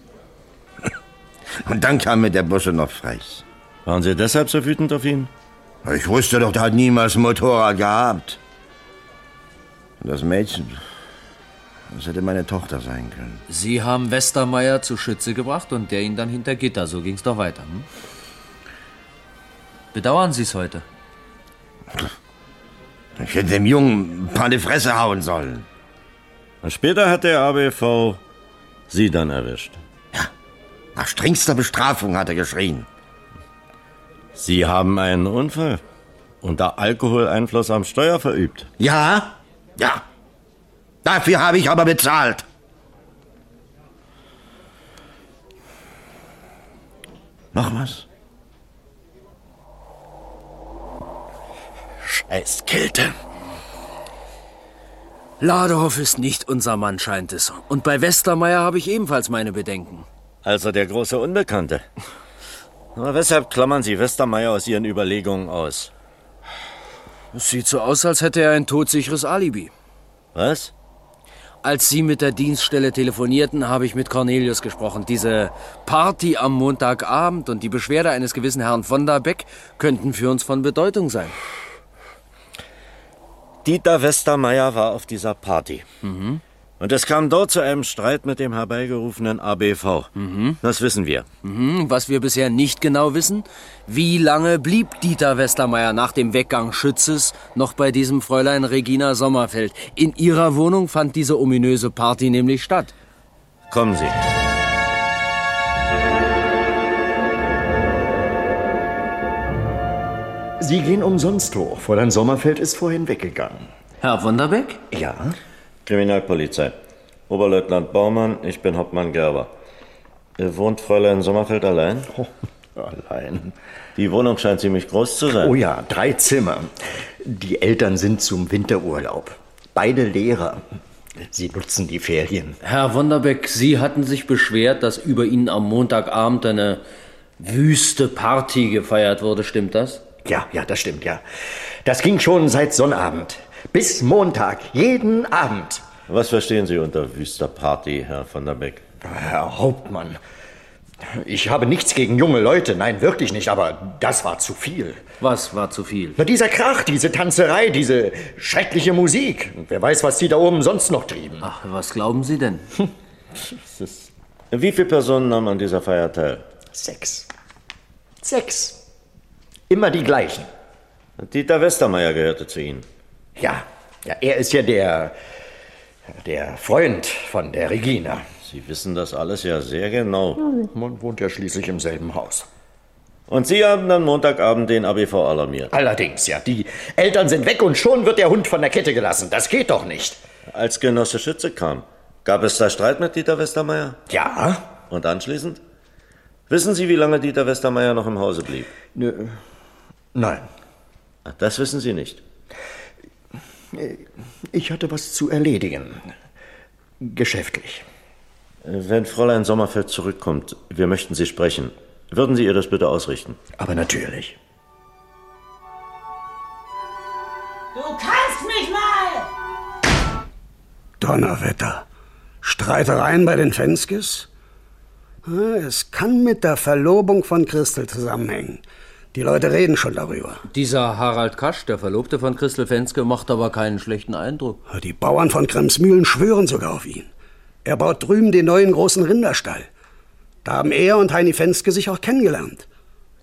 [SPEAKER 21] Und dann kam mir der Bursche noch frech.
[SPEAKER 12] Waren Sie deshalb so wütend auf ihn?
[SPEAKER 21] Ich wusste doch, der hat niemals ein Motorrad gehabt. Und das Mädchen, das hätte meine Tochter sein können.
[SPEAKER 11] Sie haben Westermeier zu Schütze gebracht und der ihn dann hinter Gitter. So ging's doch weiter. Hm? Bedauern Sie es heute?
[SPEAKER 21] Ich hätte dem Jungen ein paar in die Fresse hauen sollen.
[SPEAKER 12] Und später hat der ABV Sie dann erwischt.
[SPEAKER 21] Nach strengster Bestrafung hat er geschrien.
[SPEAKER 12] Sie haben einen Unfall unter Alkoholeinfluss am Steuer verübt.
[SPEAKER 21] Ja, ja. Dafür habe ich aber bezahlt. Noch was?
[SPEAKER 4] Scheiß Kälte. Ladehoff ist nicht unser Mann, scheint es. Und bei Westermeier habe ich ebenfalls meine Bedenken.
[SPEAKER 12] Also der große Unbekannte. Aber weshalb klammern Sie Westermeier aus Ihren Überlegungen aus?
[SPEAKER 4] Es sieht so aus, als hätte er ein todsicheres Alibi.
[SPEAKER 12] Was?
[SPEAKER 4] Als Sie mit der Dienststelle telefonierten, habe ich mit Cornelius gesprochen. Diese Party am Montagabend und die Beschwerde eines gewissen Herrn von der Beck könnten für uns von Bedeutung sein.
[SPEAKER 12] Dieter Westermeier war auf dieser Party. Und es kam dort zu einem Streit mit dem herbeigerufenen ABV. Das wissen wir.
[SPEAKER 4] Mhm, was wir bisher nicht genau wissen, wie lange blieb Dieter Westermeier nach dem Weggang Schützes noch bei diesem Fräulein Regina Sommerfeld? In ihrer Wohnung fand diese ominöse Party nämlich statt.
[SPEAKER 12] Kommen Sie.
[SPEAKER 3] Sie gehen umsonst hoch. Fräulein Sommerfeld ist vorhin weggegangen.
[SPEAKER 4] Herr Wunderbeck?
[SPEAKER 12] Ja. Kriminalpolizei. Oberleutnant Baumann, ich bin Hauptmann Gerber. Äh, Wohnt Fräulein Sommerfeld allein?
[SPEAKER 3] Oh, allein.
[SPEAKER 12] Die Wohnung scheint ziemlich groß zu sein.
[SPEAKER 3] Oh ja, drei Zimmer. Die Eltern sind zum Winterurlaub. Beide Lehrer. Sie nutzen die Ferien.
[SPEAKER 11] Herr Wunderbeck, Sie hatten sich beschwert, dass über Ihnen am Montagabend eine wüste Party gefeiert wurde, stimmt das?
[SPEAKER 3] Ja, ja, das stimmt, ja. Das ging schon seit Sonnabend. Bis Montag, jeden Abend.
[SPEAKER 12] Was verstehen Sie unter wüster Party, Herr van der Beck?
[SPEAKER 3] Herr Hauptmann, ich habe nichts gegen junge Leute, nein, wirklich nicht, aber das war zu viel.
[SPEAKER 11] Was war zu viel?
[SPEAKER 3] Na, dieser Krach, diese Tanzerei, diese schreckliche Musik. Wer weiß, was die da oben sonst noch trieben. Hm.
[SPEAKER 11] Ach, was glauben Sie denn?
[SPEAKER 12] Wie viele Personen nahmen an dieser Feier teil?
[SPEAKER 3] Sechs. Sechs. Immer die gleichen.
[SPEAKER 12] Dieter Westermeier gehörte zu Ihnen.
[SPEAKER 3] Ja, ja er ist ja der, der Freund von der Regina.
[SPEAKER 12] Sie wissen das alles ja sehr genau.
[SPEAKER 3] Man wohnt ja schließlich im selben Haus.
[SPEAKER 12] Und Sie haben dann Montagabend den ABV alarmiert.
[SPEAKER 3] Allerdings, ja, die Eltern sind weg und schon wird der Hund von der Kette gelassen. Das geht doch nicht.
[SPEAKER 12] Als Genosse Schütze kam, gab es da Streit mit Dieter Westermeier?
[SPEAKER 3] Ja.
[SPEAKER 12] Und anschließend? Wissen Sie, wie lange Dieter Westermeier noch im Hause blieb?
[SPEAKER 3] Nö. Nein.
[SPEAKER 12] Ach, Das wissen Sie nicht.
[SPEAKER 3] äh, Ich hatte was zu erledigen. Geschäftlich.
[SPEAKER 12] Äh, Wenn Fräulein Sommerfeld zurückkommt, wir möchten Sie sprechen. Würden Sie ihr das bitte ausrichten?
[SPEAKER 3] Aber natürlich.
[SPEAKER 5] Du kannst mich mal!
[SPEAKER 15] Donnerwetter. Streitereien bei den Fenskes? Ah, Es kann mit der Verlobung von Christel zusammenhängen. Die Leute reden schon darüber.
[SPEAKER 11] Dieser Harald Kasch, der Verlobte von Christel Fenske, macht aber keinen schlechten Eindruck.
[SPEAKER 15] Die Bauern von Kremsmühlen schwören sogar auf ihn. Er baut drüben den neuen großen Rinderstall. Da haben er und Heini Fenske sich auch kennengelernt.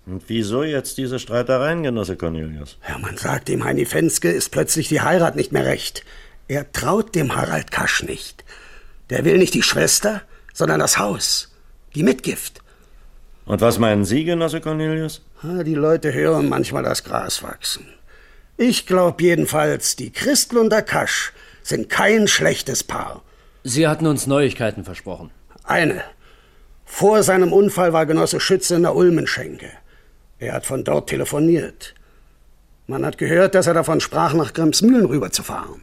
[SPEAKER 12] Und wieso jetzt diese Streitereien, Genosse Cornelius?
[SPEAKER 15] Ja, man sagt, dem Heini Fenske ist plötzlich die Heirat nicht mehr recht. Er traut dem Harald Kasch nicht. Der will nicht die Schwester, sondern das Haus. Die Mitgift.
[SPEAKER 12] Und was meinen Sie, Genosse Cornelius?
[SPEAKER 15] Ah, Die Leute hören manchmal das Gras wachsen. Ich glaube jedenfalls, die Christel und der Kasch sind kein schlechtes Paar.
[SPEAKER 11] Sie hatten uns Neuigkeiten versprochen.
[SPEAKER 15] Eine. Vor seinem Unfall war Genosse Schütze in der Ulmenschenke. Er hat von dort telefoniert. Man hat gehört, dass er davon sprach, nach Gremsmühlen rüberzufahren.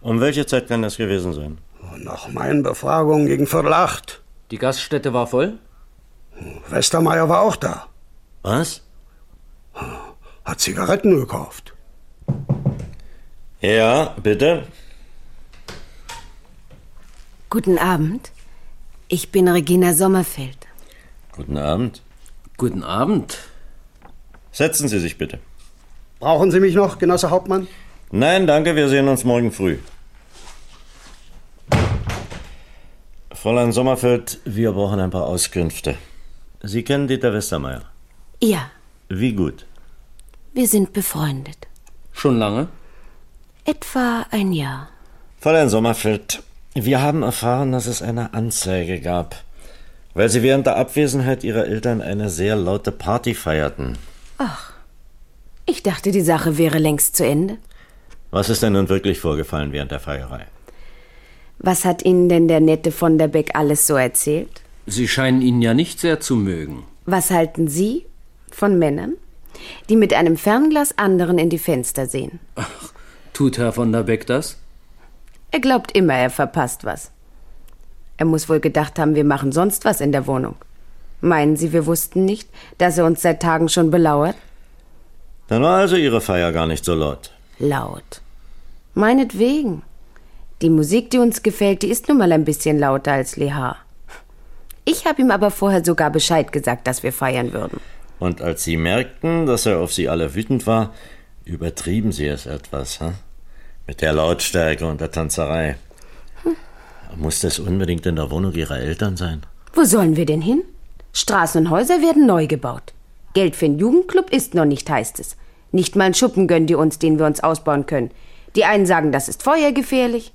[SPEAKER 12] Um welche Zeit kann das gewesen sein?
[SPEAKER 15] Oh, Nach meinen Befragungen gegen Viertel acht.
[SPEAKER 4] Die Gaststätte war voll?
[SPEAKER 15] Westermeier war auch da.
[SPEAKER 12] Was?
[SPEAKER 15] Hat Zigaretten gekauft.
[SPEAKER 12] Ja, bitte.
[SPEAKER 18] Guten Abend. Ich bin Regina Sommerfeld.
[SPEAKER 12] Guten Abend.
[SPEAKER 4] Guten Abend.
[SPEAKER 12] Setzen Sie sich bitte.
[SPEAKER 15] Brauchen Sie mich noch, Genosse Hauptmann?
[SPEAKER 12] Nein, danke, wir sehen uns morgen früh. Fräulein Sommerfeld, wir brauchen ein paar Auskünfte. Sie kennen Dieter Westermeier.
[SPEAKER 18] Ja,
[SPEAKER 12] Wie gut?
[SPEAKER 18] wir sind befreundet.
[SPEAKER 12] Schon lange.
[SPEAKER 18] Etwa ein Jahr.
[SPEAKER 12] Fräulein Sommerfeld, wir haben erfahren, dass es eine Anzeige gab, weil Sie während der Abwesenheit Ihrer Eltern eine sehr laute Party feierten.
[SPEAKER 18] Ach, ich dachte, die Sache wäre längst zu Ende.
[SPEAKER 12] Was ist denn nun wirklich vorgefallen während der Feierei?
[SPEAKER 18] Was hat Ihnen denn der nette von der Beck alles so erzählt?
[SPEAKER 4] Sie scheinen ihn ja nicht sehr zu mögen.
[SPEAKER 18] Was halten Sie von Männern, die mit einem Fernglas anderen in die Fenster sehen?
[SPEAKER 4] Tut Herr von der Beck das?
[SPEAKER 18] Er glaubt immer, er verpasst was. Er muss wohl gedacht haben, wir machen sonst was in der Wohnung. Meinen Sie, wir wussten nicht, dass er uns seit Tagen schon belauert?
[SPEAKER 12] Dann war also Ihre Feier gar nicht so laut.
[SPEAKER 18] Laut. Meinetwegen. Die Musik, die uns gefällt, die ist nun mal ein bisschen lauter als Leha. Ich habe ihm aber vorher sogar Bescheid gesagt, dass wir feiern würden.
[SPEAKER 12] Und als Sie merkten, dass er auf Sie alle wütend war, übertrieben Sie es etwas, hä? mit der Lautstärke und der Tanzerei. Muss das unbedingt in der Wohnung Ihrer Eltern sein?
[SPEAKER 18] Wo sollen wir denn hin? Straßen und Häuser werden neu gebaut. Geld für den Jugendclub ist noch nicht, heißt es. Nicht mal einen Schuppen gönnen die uns, den wir uns ausbauen können. Die einen sagen, das ist feuergefährlich.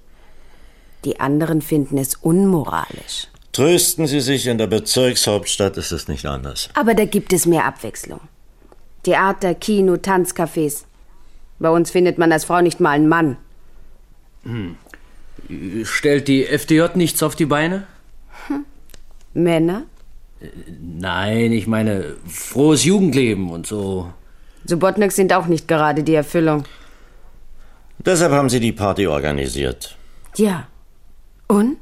[SPEAKER 18] Die anderen finden es unmoralisch.
[SPEAKER 12] Trösten Sie sich, in der Bezirkshauptstadt ist es nicht anders.
[SPEAKER 18] Aber da gibt es mehr Abwechslung. Theater, Kino, Tanzcafés. Bei uns findet man als Frau nicht mal einen Mann.
[SPEAKER 4] Hm. Stellt die FDJ nichts auf die Beine?
[SPEAKER 18] Männer?
[SPEAKER 4] Nein, ich meine, frohes Jugendleben und so.
[SPEAKER 18] Subotniks sind auch nicht gerade die Erfüllung.
[SPEAKER 12] Deshalb haben Sie die Party organisiert.
[SPEAKER 18] Ja. Und?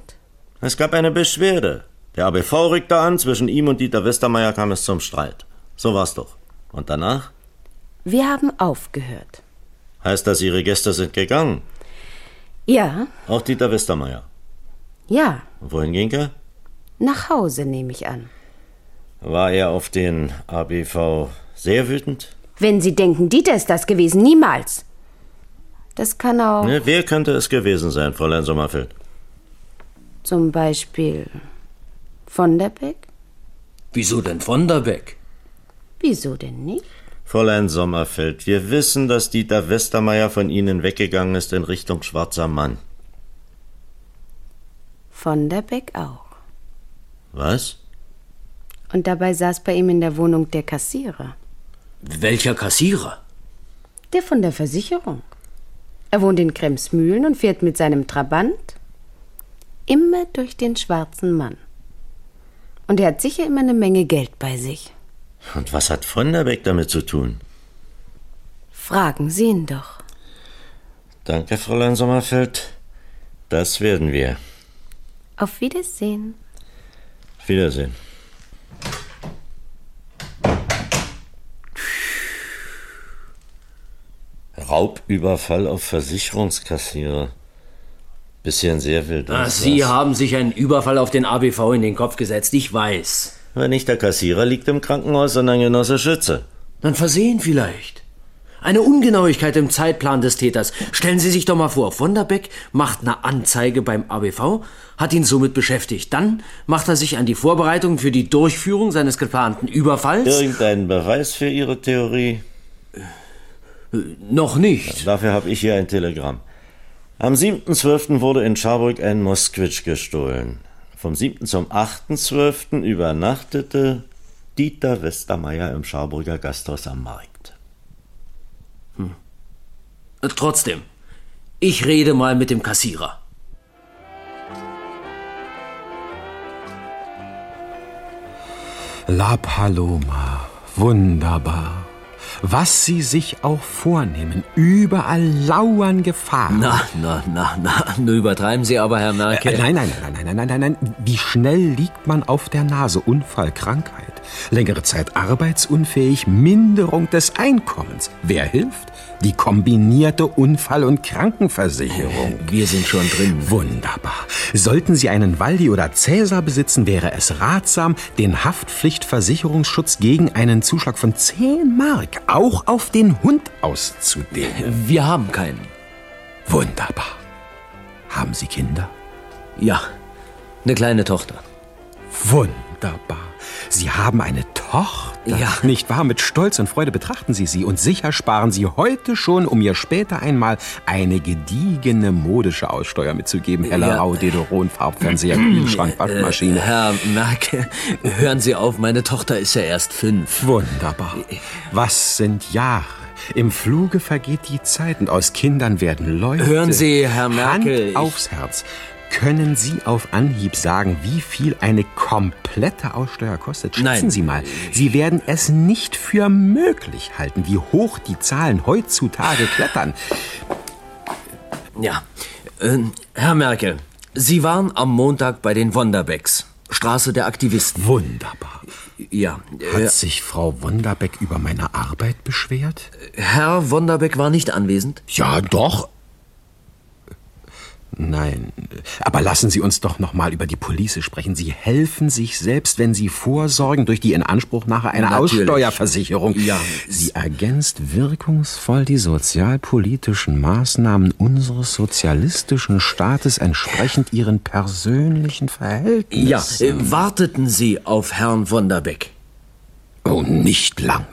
[SPEAKER 12] Es gab eine Beschwerde. Der ABV rückte an, zwischen ihm und Dieter Westermeier kam es zum Streit. So war's doch. Und danach?
[SPEAKER 18] Wir haben aufgehört.
[SPEAKER 12] Heißt das, Ihre Gäste sind gegangen?
[SPEAKER 18] Ja,
[SPEAKER 12] Auch Dieter Westermeier.
[SPEAKER 18] ja.
[SPEAKER 12] Und wohin ging er?
[SPEAKER 18] Nach Hause nehme ich an.
[SPEAKER 12] War er auf den ABV sehr wütend?
[SPEAKER 18] Wenn Sie denken, Dieter ist das gewesen, niemals. Das kann auch
[SPEAKER 12] Ne, wer könnte es gewesen sein, Fräulein Sommerfeld?
[SPEAKER 18] zum Beispiel von der Beck.
[SPEAKER 4] Wieso denn von der Beck?
[SPEAKER 18] Wieso denn nicht?
[SPEAKER 12] Fräulein Sommerfeld, wir wissen, dass Dieter Westermeier von Ihnen weggegangen ist in Richtung Schwarzer Mann.
[SPEAKER 18] Von der Beck auch.
[SPEAKER 12] Was?
[SPEAKER 18] Und dabei saß bei ihm in der Wohnung der Kassierer.
[SPEAKER 4] Welcher Kassierer?
[SPEAKER 18] Der von der Versicherung. Er wohnt in Kremsmühlen und fährt mit seinem Trabant immer durch den schwarzen Mann. Und er hat sicher immer eine Menge Geld bei sich.
[SPEAKER 12] Und was hat Vonderbeck damit zu tun?
[SPEAKER 18] Fragen Sie ihn doch.
[SPEAKER 12] Danke, Fräulein Sommerfeld. Das werden wir.
[SPEAKER 18] Auf Wiedersehen.
[SPEAKER 12] Auf Wiedersehen. Raubüberfall auf Versicherungskassierer. Bisschen sehr wild.
[SPEAKER 4] Ah,
[SPEAKER 12] was
[SPEAKER 4] Sie
[SPEAKER 12] war's?
[SPEAKER 4] haben sich einen Überfall auf den ABV in den Kopf gesetzt, ich weiß.
[SPEAKER 12] Aber nicht der Kassierer liegt im Krankenhaus, sondern Genosse Schütze.
[SPEAKER 4] Dann versehen vielleicht. Eine Ungenauigkeit im Zeitplan des Täters. Stellen Sie sich doch mal vor, von der Beck macht eine Anzeige beim ABV, hat ihn somit beschäftigt. Dann macht er sich an die Vorbereitung für die Durchführung seines geplanten Überfalls.
[SPEAKER 12] Irgendeinen Beweis für Ihre Theorie?
[SPEAKER 4] Noch nicht.
[SPEAKER 12] Dafür habe ich hier ein Telegramm. Am 7.12. wurde in Scharburg ein Moskwitsch gestohlen. Vom 7. zum 8.12. übernachtete Dieter Westermeier im Scharburger Gasthaus am Markt.
[SPEAKER 4] Äh, Trotzdem, ich rede mal mit dem Kassierer.
[SPEAKER 2] La Paloma, wunderbar. Was sie sich auch vornehmen, überall lauern Gefahren.
[SPEAKER 11] Na, na, na, na, nun übertreiben Sie aber, Herr Merkel.
[SPEAKER 2] Äh, nein, nein, nein, nein, nein, nein, nein, nein. Wie schnell liegt man auf der Nase? Unfall, Krankheit, längere Zeit arbeitsunfähig, Minderung des Einkommens. Wer hilft? Die kombinierte Unfall- und Krankenversicherung.
[SPEAKER 11] Äh, Wir sind schon drin.
[SPEAKER 2] Wunderbar. Sollten Sie einen Waldi oder Cäsar besitzen, wäre es ratsam, den Haftpflichtversicherungsschutz gegen einen Zuschlag von 10 Mark auch auf den Hund auszudehnen.
[SPEAKER 11] Wir haben keinen.
[SPEAKER 2] Wunderbar. Haben Sie Kinder?
[SPEAKER 11] Ja, eine kleine Tochter.
[SPEAKER 2] Wunderbar. Sie haben eine Tochter.
[SPEAKER 11] Ja.
[SPEAKER 2] Nicht wahr? Mit Stolz und Freude betrachten Sie sie und sicher sparen Sie heute schon, um ihr später einmal eine gediegene modische Aussteuer mitzugeben. Heller
[SPEAKER 11] Ja.
[SPEAKER 2] Rau, Dederon, Farbfernseher, Kühlschrank, Waschmaschine.
[SPEAKER 11] Äh, Herr Merkel, hören Sie auf, meine Tochter ist ja erst fünf.
[SPEAKER 2] Wunderbar. Was sind Jahre? Im Fluge vergeht die Zeit und aus Kindern werden Leute.
[SPEAKER 11] Hören Sie, Herr Merkel, ich-
[SPEAKER 2] Hand aufs Herz. Können Sie auf Anhieb sagen, wie viel eine komplette Aussteuer kostet? Schätzen
[SPEAKER 11] Nein.
[SPEAKER 2] Sie mal. Sie werden es nicht für möglich halten, wie hoch die Zahlen heutzutage klettern.
[SPEAKER 11] Ja. Ähm, Herr Merkel, Sie waren am Montag bei den Wonderbecks. Straße der Aktivisten.
[SPEAKER 2] Wunderbar.
[SPEAKER 11] Ja. äh,
[SPEAKER 2] Hat sich Frau Wunderbeck über meine Arbeit beschwert?
[SPEAKER 11] Herr Wonderbeck war nicht anwesend?
[SPEAKER 2] Ja, doch. Nein, aber lassen Sie uns doch noch mal über die Police sprechen. Sie helfen sich selbst, wenn Sie vorsorgen durch die Inanspruchnahme einer
[SPEAKER 11] Natürlich.
[SPEAKER 2] Aussteuerversicherung.
[SPEAKER 11] Ja.
[SPEAKER 2] Sie ergänzt wirkungsvoll die sozialpolitischen Maßnahmen unseres sozialistischen Staates entsprechend ihren persönlichen
[SPEAKER 11] Ja,
[SPEAKER 2] Verhältnissen.
[SPEAKER 11] äh, warteten Sie auf Herrn Wonderbeck.
[SPEAKER 2] Oh, nicht lange.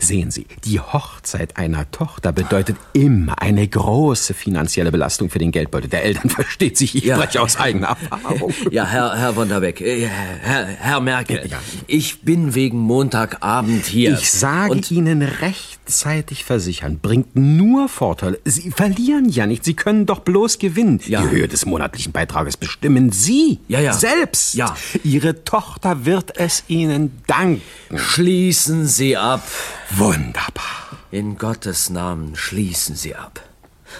[SPEAKER 2] Sehen Sie, die Hochzeit einer Tochter bedeutet immer eine große finanzielle Belastung für den Geldbeutel der Eltern, versteht sich. Ich spreche aus eigener Erfahrung.
[SPEAKER 11] Ja, Herr, Herr Wonderbeck, äh, Herr, Herr Merkel, ich bin wegen Montagabend hier.
[SPEAKER 2] Ich sage Ihnen rechtzeitig versichern, bringt nur Vorteile. Sie verlieren ja nicht, Sie können doch bloß gewinnen. Die Höhe des monatlichen Beitrages bestimmen Sie
[SPEAKER 11] Ja, ja.
[SPEAKER 2] selbst. Ihre Tochter wird es Ihnen danken.
[SPEAKER 11] Schließen Sie ab.
[SPEAKER 2] Wunderbar.
[SPEAKER 11] In Gottes Namen schließen Sie ab.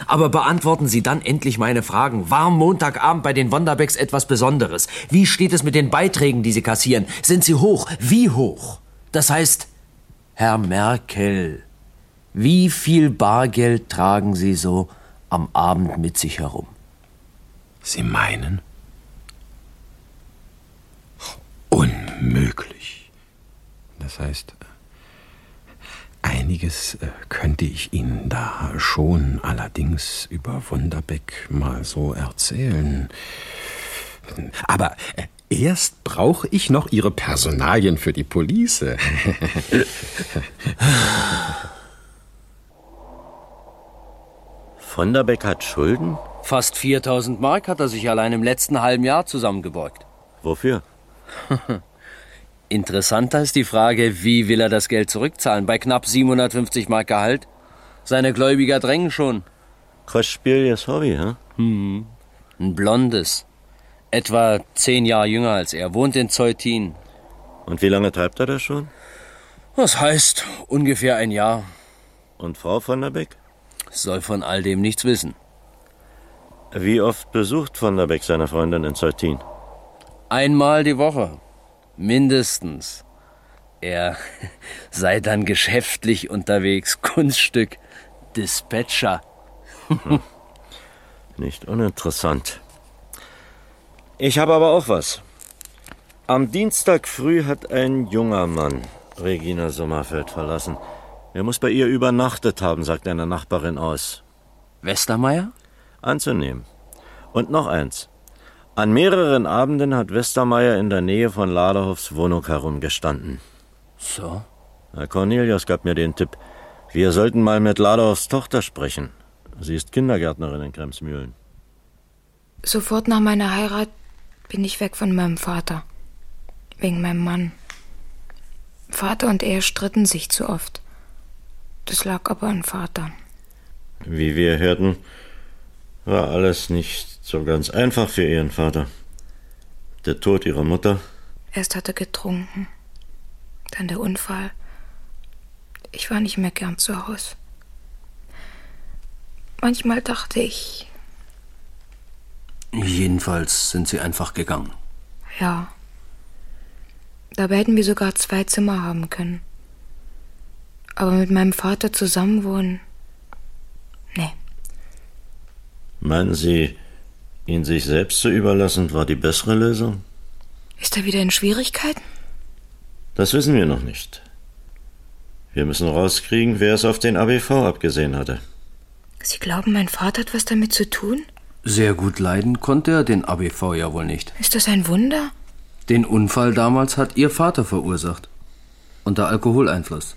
[SPEAKER 11] Aber beantworten Sie dann endlich meine Fragen. War Montagabend bei den Wonderbecks etwas Besonderes? Wie steht es mit den Beiträgen, die Sie kassieren? Sind sie hoch? Wie hoch? Das heißt, Herr Merkel, wie viel Bargeld tragen Sie so am Abend mit sich herum?
[SPEAKER 2] Sie meinen? Unmöglich. Das heißt, einiges äh, könnte ich Ihnen da schon allerdings über Wunderbeck mal so erzählen. Aber äh, erst brauche ich noch Ihre Personalien für die Police.
[SPEAKER 12] Von der Beck hat Schulden?
[SPEAKER 11] Fast 4000 Mark hat er sich allein im letzten halben Jahr zusammengebeugt.
[SPEAKER 12] Wofür?
[SPEAKER 11] Interessanter ist die Frage, wie will er das Geld zurückzahlen? Bei knapp 750 Mark Gehalt? Seine Gläubiger drängen schon.
[SPEAKER 12] Kostspieliges Hobby, ja?
[SPEAKER 11] Hm. Ein blondes. Etwa zehn Jahre jünger als er, wohnt in Zeutin.
[SPEAKER 12] Und wie lange treibt er das schon?
[SPEAKER 11] Das heißt, ungefähr ein Jahr.
[SPEAKER 12] Und Frau von der Beck?
[SPEAKER 11] Soll von all dem nichts wissen.
[SPEAKER 12] Wie oft besucht von der Beck seine Freundin in Zeutin?
[SPEAKER 11] Einmal die Woche. Mindestens. Er sei dann geschäftlich unterwegs. Kunststück. Dispatcher.
[SPEAKER 12] Nicht uninteressant. Ich habe aber auch was. Am Dienstag früh hat ein junger Mann Regina Sommerfeld verlassen. Er muss bei ihr übernachtet haben, sagt eine Nachbarin aus.
[SPEAKER 11] Westermeier?
[SPEAKER 12] Anzunehmen. Und noch eins. An mehreren Abenden hat Westermeier in der Nähe von Laderhoffs Wohnung herumgestanden.
[SPEAKER 11] So?
[SPEAKER 12] Herr Cornelius gab mir den Tipp. Wir sollten mal mit Laderhoffs Tochter sprechen. Sie ist Kindergärtnerin in Kremsmühlen.
[SPEAKER 1] Sofort nach meiner Heirat bin ich weg von meinem Vater. Wegen meinem Mann. Vater und er stritten sich zu oft. Das lag aber an Vater.
[SPEAKER 12] Wie wir hörten, war alles nicht so ganz einfach für ihren Vater. Der Tod ihrer Mutter,
[SPEAKER 1] Erst hat er getrunken, dann der Unfall. Ich war nicht mehr gern zu Hause. Manchmal dachte ich,
[SPEAKER 11] Jedenfalls sind sie einfach gegangen.
[SPEAKER 1] ja. Dabei hätten wir sogar zwei Zimmer haben können. Aber mit meinem Vater zusammenwohnen.
[SPEAKER 12] Meinen Sie, ihn sich selbst zu überlassen war die bessere Lösung?
[SPEAKER 1] Ist er wieder in Schwierigkeiten?
[SPEAKER 12] Das wissen wir noch nicht. Wir müssen rauskriegen, wer es auf den ABV abgesehen hatte.
[SPEAKER 1] Sie glauben, mein Vater hat was damit zu tun?
[SPEAKER 11] Sehr gut leiden konnte er den ABV ja wohl nicht.
[SPEAKER 1] Ist das ein Wunder?
[SPEAKER 11] Den Unfall damals hat ihr Vater verursacht. Unter Alkoholeinfluss.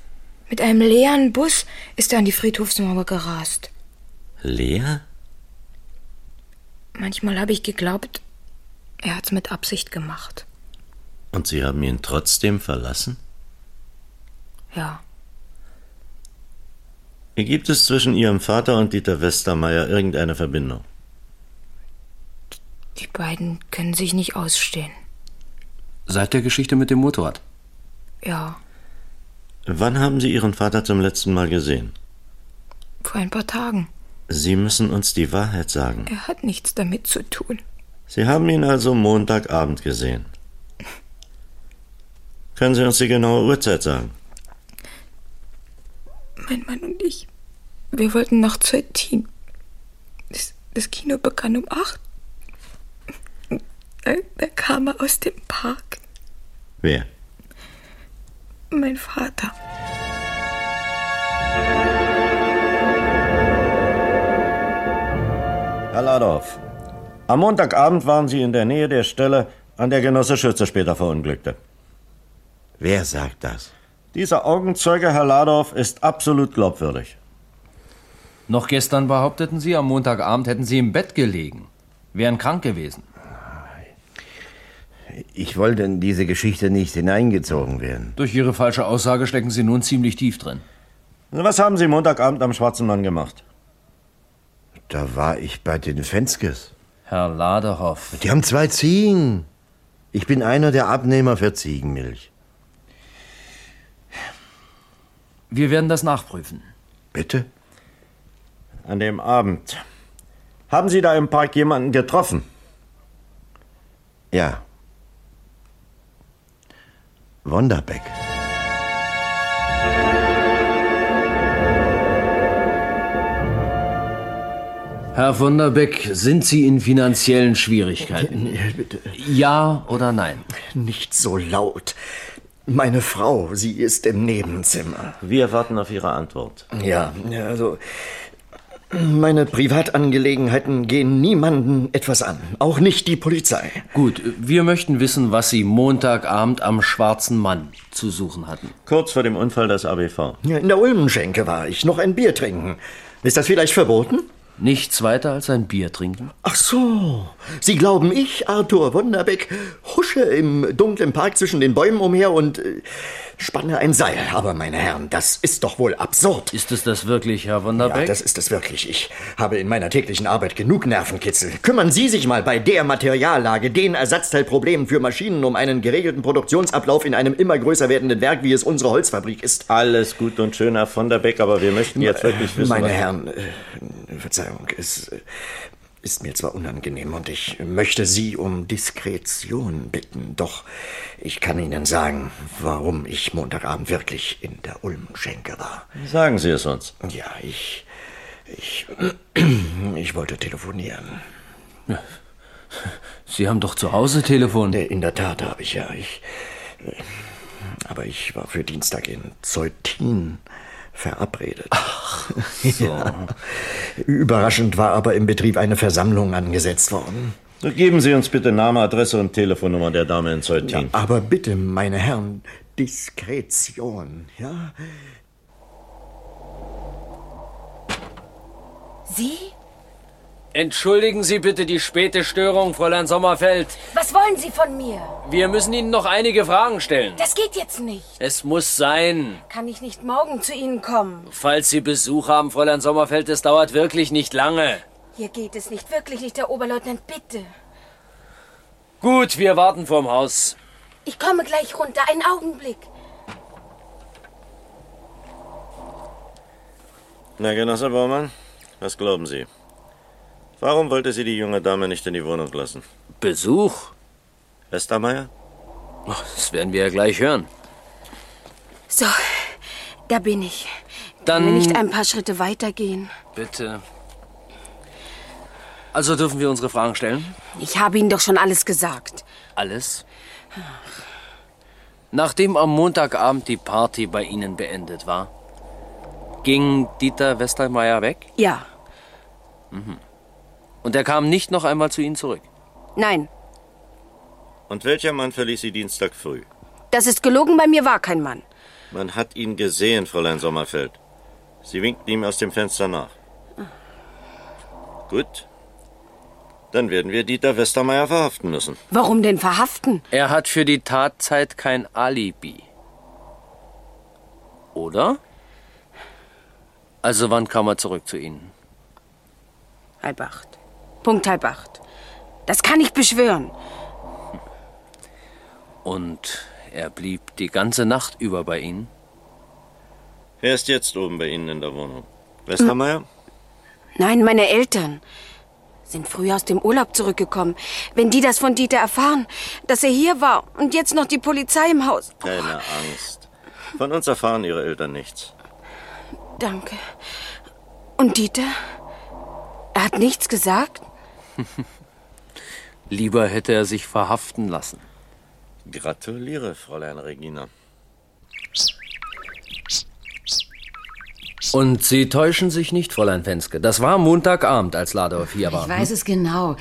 [SPEAKER 1] Mit einem leeren Bus ist er an die Friedhofsmauer gerast.
[SPEAKER 12] Lea?
[SPEAKER 1] Manchmal habe ich geglaubt, er hat's mit Absicht gemacht.
[SPEAKER 12] Und Sie haben ihn trotzdem verlassen?
[SPEAKER 1] Ja.
[SPEAKER 12] Gibt es zwischen Ihrem Vater und Dieter Westermeier irgendeine Verbindung?
[SPEAKER 1] Die beiden können sich nicht ausstehen.
[SPEAKER 11] Seit der Geschichte mit dem Motorrad.
[SPEAKER 1] Ja,
[SPEAKER 12] Wann haben Sie Ihren Vater zum letzten Mal gesehen?
[SPEAKER 1] vor ein paar Tagen.
[SPEAKER 12] Sie müssen uns die Wahrheit sagen.
[SPEAKER 1] Er hat nichts damit zu tun.
[SPEAKER 12] Sie haben ihn also Montagabend gesehen. Können Sie uns die genaue Uhrzeit sagen?
[SPEAKER 1] Mein Mann und ich, wir wollten nach Zeutin. Das, das Kino begann um acht. Da, da kam er aus dem Park,
[SPEAKER 12] Wer?
[SPEAKER 1] mein Vater.
[SPEAKER 12] Herr Ladorf, am Montagabend waren Sie in der Nähe der Stelle, an der Genosse Schütze später verunglückte. Wer sagt das? Dieser Augenzeuge, Herr Ladorf, ist absolut glaubwürdig.
[SPEAKER 4] Noch gestern behaupteten Sie, am Montagabend hätten Sie im Bett gelegen, wären krank gewesen.
[SPEAKER 21] Ich wollte in diese Geschichte nicht hineingezogen werden.
[SPEAKER 4] Durch Ihre falsche Aussage stecken Sie nun ziemlich tief drin.
[SPEAKER 12] Was haben Sie Montagabend am Schwarzen Mann gemacht?
[SPEAKER 21] Da war ich bei den Fenskes.
[SPEAKER 4] Herr Laderhoff.
[SPEAKER 21] Die haben zwei Ziegen. Ich bin einer der Abnehmer für Ziegenmilch.
[SPEAKER 4] Wir werden das nachprüfen.
[SPEAKER 12] Bitte? An dem Abend. Haben Sie da im Park jemanden getroffen?
[SPEAKER 21] Ja. Wonderbeck.
[SPEAKER 4] Herr von der Beck, sind Sie in finanziellen Schwierigkeiten? Ja oder nein?
[SPEAKER 3] Äh, Nicht so laut. Meine Frau, sie ist im Nebenzimmer.
[SPEAKER 12] Wir warten auf Ihre Antwort.
[SPEAKER 3] Ja, ja, also meine Privatangelegenheiten gehen niemanden etwas an, auch nicht die Polizei.
[SPEAKER 4] Gut, wir möchten wissen, was Sie Montagabend am Schwarzen Mann zu suchen hatten.
[SPEAKER 12] Kurz vor dem Unfall des ABV.
[SPEAKER 3] Ja, In der Ulmenschenke war ich, noch ein Bier trinken. Ist das vielleicht verboten?
[SPEAKER 4] Nichts weiter als ein Bier trinken.
[SPEAKER 3] Ach so, Sie glauben, ich, Arthur Wunderbeck, husche im dunklen Park zwischen den Bäumen umher und äh, spanne ein Seil. Aber, meine Herren, das ist doch wohl absurd.
[SPEAKER 4] Ist es das wirklich, Herr von der
[SPEAKER 3] Ja,
[SPEAKER 4] Beck?
[SPEAKER 3] das ist es wirklich. Ich habe in meiner täglichen Arbeit genug Nervenkitzel. Kümmern Sie sich mal bei der Materiallage, den Ersatzteilproblemen für Maschinen um einen geregelten Produktionsablauf in einem immer größer werdenden Werk, wie es unsere Holzfabrik ist.
[SPEAKER 12] Alles gut und schön, Herr von der Beck, aber wir möchten jetzt wirklich wissen.
[SPEAKER 3] Meine
[SPEAKER 12] was-
[SPEAKER 3] Herren, äh, Verzeihung, es äh, ist mir zwar unangenehm und ich möchte Sie um Diskretion bitten, doch ich kann Ihnen sagen, warum ich Montagabend wirklich in der Ulmschenke war.
[SPEAKER 12] Sagen Sie es uns.
[SPEAKER 3] Ja, ich. Ich. Ich wollte telefonieren.
[SPEAKER 4] Sie haben doch zu Hause Telefon.
[SPEAKER 3] In der Tat habe ich ja. Ich. äh, Aber ich war für Dienstag in Zeutin verabredet. Ach,
[SPEAKER 12] so.
[SPEAKER 3] ja. Überraschend war aber im Betrieb eine Versammlung angesetzt worden.
[SPEAKER 12] So, Geben Sie uns bitte Name, Adresse und Telefonnummer der Dame in
[SPEAKER 3] Ja,
[SPEAKER 12] Zeutin.
[SPEAKER 3] aber bitte, meine Herren, Diskretion, ja?
[SPEAKER 18] Sie?
[SPEAKER 4] Entschuldigen Sie bitte die späte Störung, Fräulein Sommerfeld.
[SPEAKER 18] Was wollen Sie von mir?
[SPEAKER 4] Wir müssen Ihnen noch einige Fragen stellen.
[SPEAKER 18] Das geht jetzt nicht.
[SPEAKER 4] Es muss sein.
[SPEAKER 18] Kann ich nicht morgen zu Ihnen kommen?
[SPEAKER 4] Falls Sie Besuch haben, Fräulein Sommerfeld, es dauert wirklich nicht lange.
[SPEAKER 18] Hier geht es nicht, wirklich nicht, Herr Oberleutnant, bitte.
[SPEAKER 4] Gut, wir warten vorm Haus.
[SPEAKER 18] Ich komme gleich runter, einen Augenblick.
[SPEAKER 12] Na, Genosse Baumann, was glauben Sie? Warum wollte sie die junge Dame nicht in die Wohnung lassen?
[SPEAKER 11] Besuch? Oh,
[SPEAKER 12] Westermeier?
[SPEAKER 11] Das werden wir ja gleich hören.
[SPEAKER 18] So, da bin ich.
[SPEAKER 11] Dann-
[SPEAKER 18] Können wir nicht ein paar Schritte weitergehen?
[SPEAKER 11] Bitte. Also dürfen wir unsere Fragen stellen?
[SPEAKER 18] Ich habe Ihnen doch schon alles gesagt.
[SPEAKER 11] Alles? Nachdem am Montagabend die Party bei Ihnen beendet war, ging Dieter Westermeier weg
[SPEAKER 18] Ja,
[SPEAKER 11] mhm. und er kam nicht noch einmal zu Ihnen zurück.
[SPEAKER 18] nein,
[SPEAKER 12] Und welcher Mann verließ sie Dienstag früh?
[SPEAKER 18] das ist gelogen, bei mir war kein Mann.
[SPEAKER 12] Man hat ihn gesehen, Fräulein Sommerfeld. Sie winkten ihm aus dem Fenster nach. Gut. Dann werden wir Dieter Westermeier verhaften müssen.
[SPEAKER 18] Warum denn verhaften?
[SPEAKER 11] Er hat für die Tatzeit kein Alibi. Oder? Also wann kam er zurück zu Ihnen?
[SPEAKER 18] Halb acht. Punkt halb acht. Das kann ich beschwören.
[SPEAKER 11] Und er blieb die ganze Nacht über bei Ihnen?
[SPEAKER 12] Er ist jetzt oben bei Ihnen in der Wohnung. Westermeier?
[SPEAKER 18] Nein, meine Eltern sind früh aus dem Urlaub zurückgekommen. Wenn die das von Dieter erfahren, dass er hier war und jetzt noch die Polizei im Haus.
[SPEAKER 12] Keine Angst. Von uns erfahren Ihre Eltern nichts.
[SPEAKER 18] Danke. Und Dieter? Er hat nichts gesagt?
[SPEAKER 11] Lieber hätte er sich verhaften lassen.
[SPEAKER 12] Gratuliere, Fräulein Regina.
[SPEAKER 25] Und
[SPEAKER 11] Sie täuschen sich nicht, Fräulein Fenske. Das war Montagabend, als Ladorf hier war. hm?
[SPEAKER 8] Ich weiß es genau.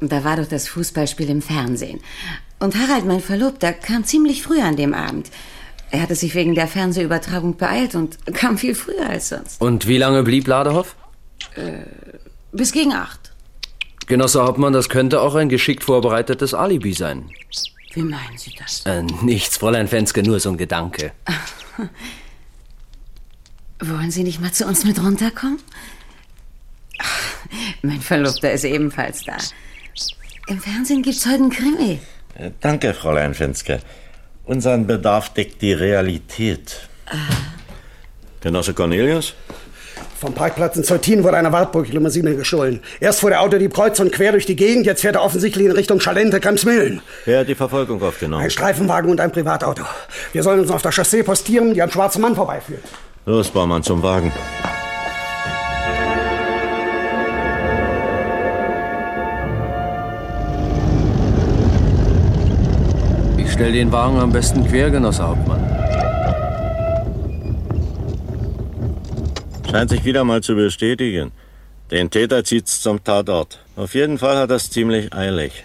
[SPEAKER 8] Da war doch das Fußballspiel im Fernsehen. Und Harald, mein Verlobter, kam ziemlich früh an dem Abend. Er hatte sich wegen der Fernsehübertragung beeilt und kam viel früher als sonst.
[SPEAKER 11] Und wie lange blieb Ladehoff?
[SPEAKER 8] Äh, bis gegen acht.
[SPEAKER 11] Genosse Hauptmann, das könnte auch ein geschickt vorbereitetes Alibi sein.
[SPEAKER 8] Wie meinen Sie das?
[SPEAKER 11] Äh, nichts, Fräulein Fenske, nur so ein Gedanke.
[SPEAKER 8] Wollen Sie nicht mal zu uns mit runterkommen? Ach, Mein Verlobter ist ebenfalls da. Im Fernsehen gibt's heute einen Krimi.
[SPEAKER 12] Äh, Danke, Fräulein Fenske. Unseren Bedarf deckt die Realität. Genosse Cornelius?
[SPEAKER 15] Vom Parkplatz in Zeutin wurde einer Wartburg-Limousine gestohlen. Erst fuhr der Autodieb kreuz und quer durch die Gegend, jetzt fährt er offensichtlich in Richtung Schalente, Kremsmühlen.
[SPEAKER 12] Wer hat die Verfolgung aufgenommen?
[SPEAKER 15] Ein Streifenwagen und ein Privatauto. Wir sollen uns auf der Chaussee postieren, die einen schwarzen Mann vorbeiführt.
[SPEAKER 12] Los, Baumann, zum Wagen.
[SPEAKER 11] Ich stell den Wagen am besten quer, Genosse Hauptmann.
[SPEAKER 12] Scheint sich wieder mal zu bestätigen. Den Täter zieht's zum Tatort. Auf jeden Fall hat er's ziemlich eilig.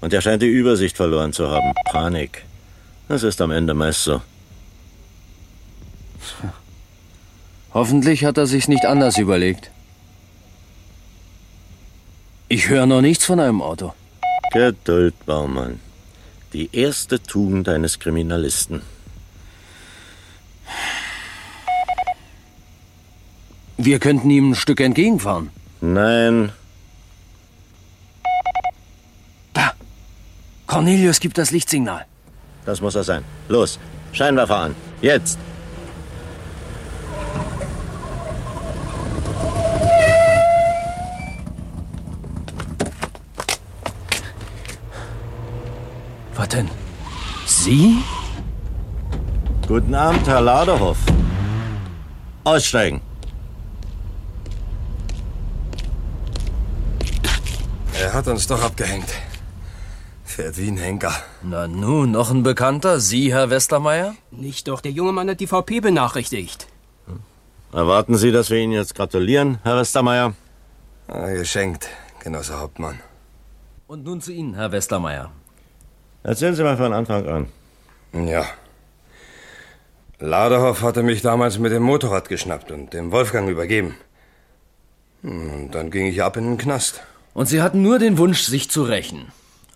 [SPEAKER 12] Und er scheint die Übersicht verloren zu haben. Panik. Das ist am Ende meist so.
[SPEAKER 11] Hoffentlich hat er sich's nicht anders überlegt. Ich höre noch nichts von einem Auto.
[SPEAKER 12] Geduld, Baumann. Die erste Tugend eines Kriminalisten.
[SPEAKER 11] Wir könnten ihm ein Stück entgegenfahren.
[SPEAKER 12] Nein.
[SPEAKER 11] Cornelius gibt das Lichtsignal.
[SPEAKER 12] Das muss er sein. Los, Scheinwerfer an. Jetzt.
[SPEAKER 11] Was denn? Sie?
[SPEAKER 12] Guten Abend, Herr Laderhoff. Aussteigen.
[SPEAKER 21] Er hat uns doch abgehängt. Fährt wie ein Henker.
[SPEAKER 11] Na nun, noch ein Bekannter? Sie, Herr Westermeier?
[SPEAKER 26] Nicht doch, der junge Mann hat die VP benachrichtigt.
[SPEAKER 12] Erwarten Sie, dass wir Ihnen jetzt gratulieren, Herr Westermeier?
[SPEAKER 21] Ah, geschenkt, Genosse Hauptmann.
[SPEAKER 11] Und nun zu Ihnen, Herr Westermeier.
[SPEAKER 12] Erzählen Sie mal von Anfang an.
[SPEAKER 21] Ja. Laderhoff hatte mich damals mit dem Motorrad geschnappt und dem Wolfgang übergeben. Hm, Und dann ging ich ab in den Knast.
[SPEAKER 11] Und Sie hatten nur den Wunsch, sich zu rächen.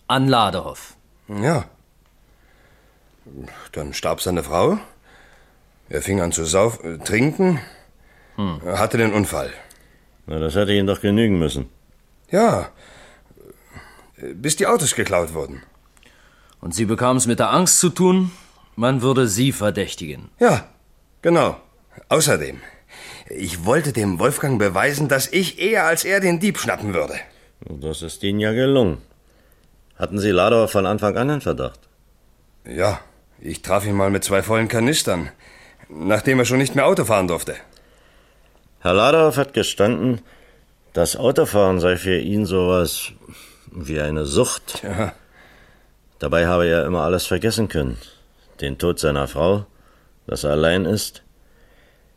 [SPEAKER 11] An Ladehoff.
[SPEAKER 21] Ja. Dann starb seine Frau. Er fing an zu sauf äh, trinken. Er hatte den Unfall.
[SPEAKER 12] Hm. Na, das hätte Ihnen doch genügen müssen.
[SPEAKER 21] Ja. Äh, Bis die Autos geklaut wurden.
[SPEAKER 11] Und Sie bekamen es mit der Angst zu tun, man würde Sie verdächtigen.
[SPEAKER 21] Ja, genau. Außerdem,
[SPEAKER 27] Ich wollte dem Wolfgang beweisen, dass ich eher als er den Dieb schnappen würde.
[SPEAKER 12] Das ist Ihnen ja gelungen. Hatten Sie Ladauer von Anfang an in Verdacht?
[SPEAKER 27] Ja, ich traf ihn mal mit zwei vollen Kanistern, nachdem er schon nicht mehr Auto fahren durfte.
[SPEAKER 12] Herr Ladorf hat gestanden, das Autofahren sei für ihn sowas wie eine Sucht. Dabei habe er immer alles vergessen können. Den Tod seiner Frau, dass er allein ist.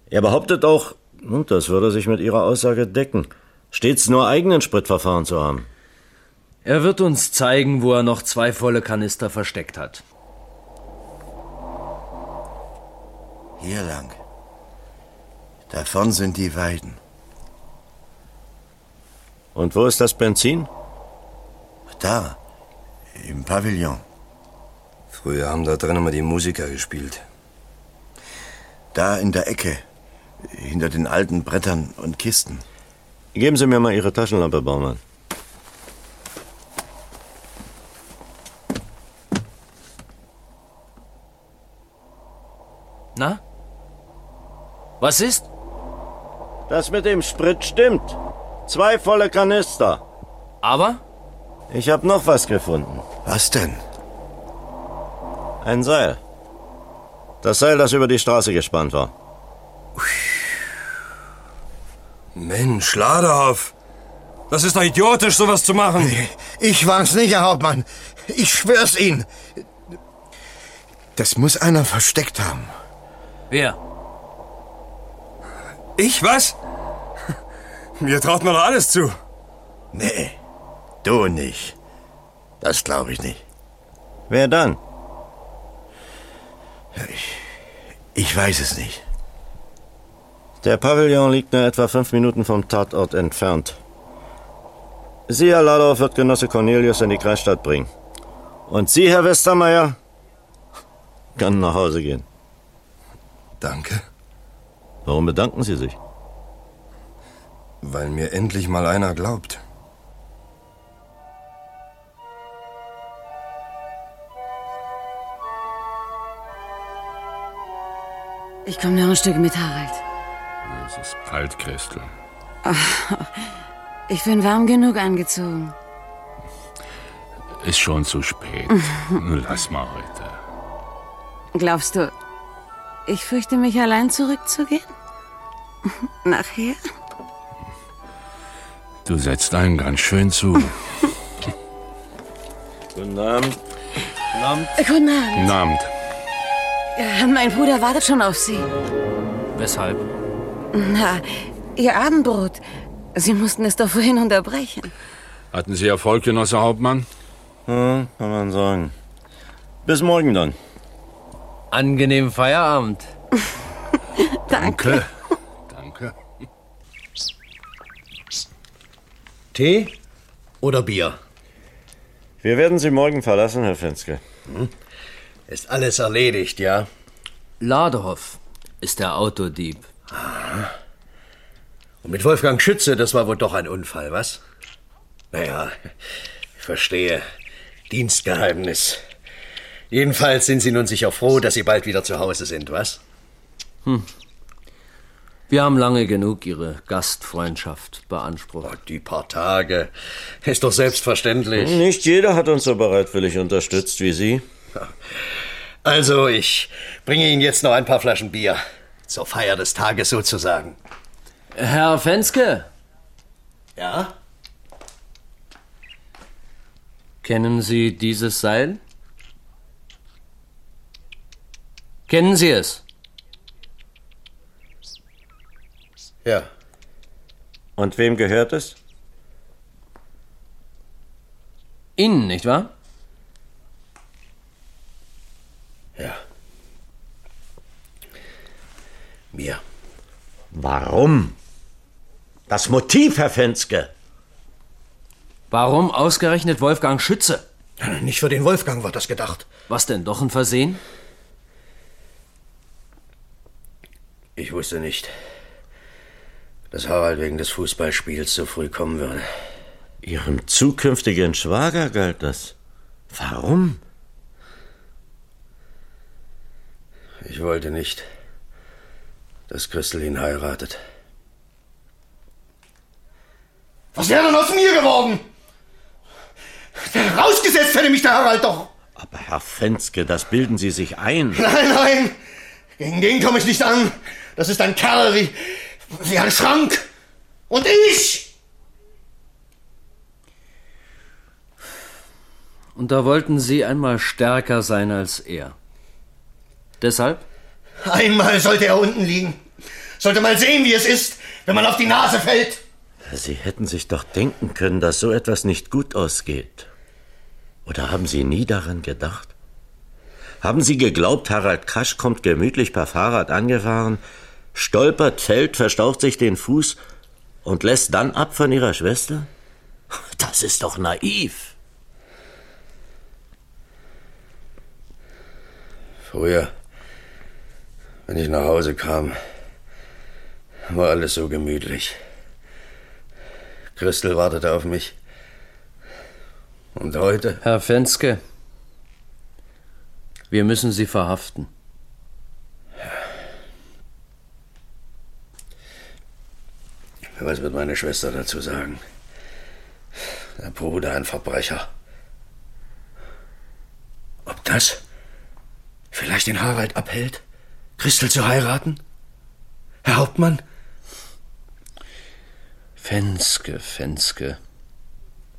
[SPEAKER 12] Er behauptet auch, und das würde sich mit ihrer Aussage decken, stets nur eigenen Spritverfahren zu haben.
[SPEAKER 11] Er wird uns zeigen, wo er noch zwei volle Kanister versteckt hat.
[SPEAKER 28] Hier lang. Da vorn sind die Weiden.
[SPEAKER 12] Und wo ist das Benzin?
[SPEAKER 28] Da, im Pavillon.
[SPEAKER 27] Früher haben da drin immer die Musiker gespielt.
[SPEAKER 28] Da in der Ecke, hinter den alten Brettern und Kisten.
[SPEAKER 12] Geben Sie mir mal Ihre Taschenlampe, Baumann.
[SPEAKER 11] Na? Was ist?
[SPEAKER 12] Das mit dem Sprit stimmt. Zwei volle Kanister.
[SPEAKER 11] Aber?
[SPEAKER 12] Ich habe noch was gefunden.
[SPEAKER 28] Was denn?
[SPEAKER 12] Ein Seil. Das Seil, das über die Straße gespannt war.
[SPEAKER 27] Mensch, Ladehoff. Das ist doch idiotisch, sowas zu machen.
[SPEAKER 29] Ich war's nicht, Herr Hauptmann. Ich schwör's Ihnen.
[SPEAKER 28] Das muss einer versteckt haben.
[SPEAKER 11] Wer?
[SPEAKER 27] Ich was? Mir traut man doch alles zu.
[SPEAKER 28] Nee, du nicht. Das glaube ich nicht.
[SPEAKER 12] Wer dann?
[SPEAKER 28] Ich, ich weiß es nicht.
[SPEAKER 12] Der Pavillon liegt nur etwa fünf Minuten vom Tatort entfernt. Sie, Herr Ladow, wird Genosse Cornelius in die Kreisstadt bringen. Und Sie, Herr Westermeier, kann nach Hause gehen.
[SPEAKER 27] Danke.
[SPEAKER 12] Warum bedanken Sie sich?
[SPEAKER 27] Weil mir endlich mal einer glaubt.
[SPEAKER 8] Ich komme noch ein Stück mit Harald.
[SPEAKER 20] Es ist kalt, Christel.
[SPEAKER 8] Ich bin warm genug angezogen.
[SPEAKER 20] Ist schon zu spät. Lass mal heute.
[SPEAKER 8] Glaubst du, ich fürchte mich allein zurückzugehen? Nachher?
[SPEAKER 20] Du setzt einen ganz schön zu.
[SPEAKER 12] Guten Abend.
[SPEAKER 8] Guten Abend. Guten Abend.
[SPEAKER 20] Guten Abend.
[SPEAKER 8] Ja, äh, mein Bruder wartet schon auf Sie.
[SPEAKER 11] Weshalb?
[SPEAKER 8] Na, Ihr Abendbrot. Sie mussten es doch vorhin unterbrechen.
[SPEAKER 20] Hatten Sie Erfolg, Genosse Hauptmann?
[SPEAKER 12] Ja, Hm, kann man sagen. Bis morgen dann.
[SPEAKER 11] Angenehmen Feierabend.
[SPEAKER 20] Danke. Danke.
[SPEAKER 21] Tee oder Bier?
[SPEAKER 12] Wir werden Sie morgen verlassen, Herr Fenske.
[SPEAKER 21] Hm? Ist alles erledigt, ja?
[SPEAKER 11] Ladehoff ist der Autodieb.
[SPEAKER 21] Ah. Und mit Wolfgang Schütze, das war wohl doch ein Unfall, was? Naja, ich verstehe. Dienstgeheimnis. Jedenfalls sind Sie nun sicher froh, dass Sie bald wieder zu Hause sind, was?
[SPEAKER 11] Hm. Wir haben lange genug Ihre Gastfreundschaft beansprucht.
[SPEAKER 21] die paar Tage. Ist doch selbstverständlich.
[SPEAKER 12] Hm, Nicht jeder hat uns so bereitwillig unterstützt wie Sie.
[SPEAKER 21] Also, ich bringe Ihnen jetzt noch ein paar Flaschen Bier. Zur Feier des Tages sozusagen.
[SPEAKER 11] Herr Fenske,
[SPEAKER 21] Ja?
[SPEAKER 11] kennen Sie dieses Seil? Kennen Sie es?
[SPEAKER 21] Ja.
[SPEAKER 12] Und wem gehört es?
[SPEAKER 11] Ihnen, nicht wahr?
[SPEAKER 21] Ja. Mir.
[SPEAKER 28] Warum?
[SPEAKER 21] Das Motiv, Herr Fenske.
[SPEAKER 11] Warum ausgerechnet Wolfgang Schütze?
[SPEAKER 21] Nicht für den Wolfgang war das gedacht.
[SPEAKER 11] Was denn, doch ein Versehen?
[SPEAKER 27] Ich wusste nicht, dass Harald wegen des Fußballspiels so früh kommen würde.
[SPEAKER 12] Ihrem zukünftigen Schwager galt das. Warum?
[SPEAKER 27] Ich wollte nicht.
[SPEAKER 21] dass Christel ihn heiratet.
[SPEAKER 3] Was wäre denn aus mir geworden? Rausgesetzt hätte mich der Harald doch.
[SPEAKER 12] Herr Fenske, das bilden Sie sich ein.
[SPEAKER 3] Nein, nein. Gegen den komme ich nicht an. Das ist ein Kerl wie, wie ein Schrank. Und ich.
[SPEAKER 11] Und da wollten Sie einmal stärker sein als er. Deshalb?
[SPEAKER 3] Einmal sollte er unten liegen. Sollte mal sehen, wie es ist, wenn man auf die Nase fällt.
[SPEAKER 12] Sie hätten sich doch denken können, dass so etwas nicht gut ausgeht. Oder haben Sie nie daran gedacht? Haben Sie geglaubt, Harald Krasch kommt gemütlich per Fahrrad angefahren, stolpert, fällt, verstaucht sich den Fuß und lässt dann ab von Ihrer Schwester? Das ist doch naiv.
[SPEAKER 21] Früher, wenn ich nach Hause kam, war alles so gemütlich. Christel wartete auf mich. Und heute?
[SPEAKER 11] Herr Fenske, wir müssen Sie verhaften.
[SPEAKER 21] Was wird meine Schwester dazu sagen? Der Bruder ein Verbrecher. Ob das vielleicht den Harald abhält, Christel zu heiraten? Herr Hauptmann?
[SPEAKER 11] Fenske, Fenske.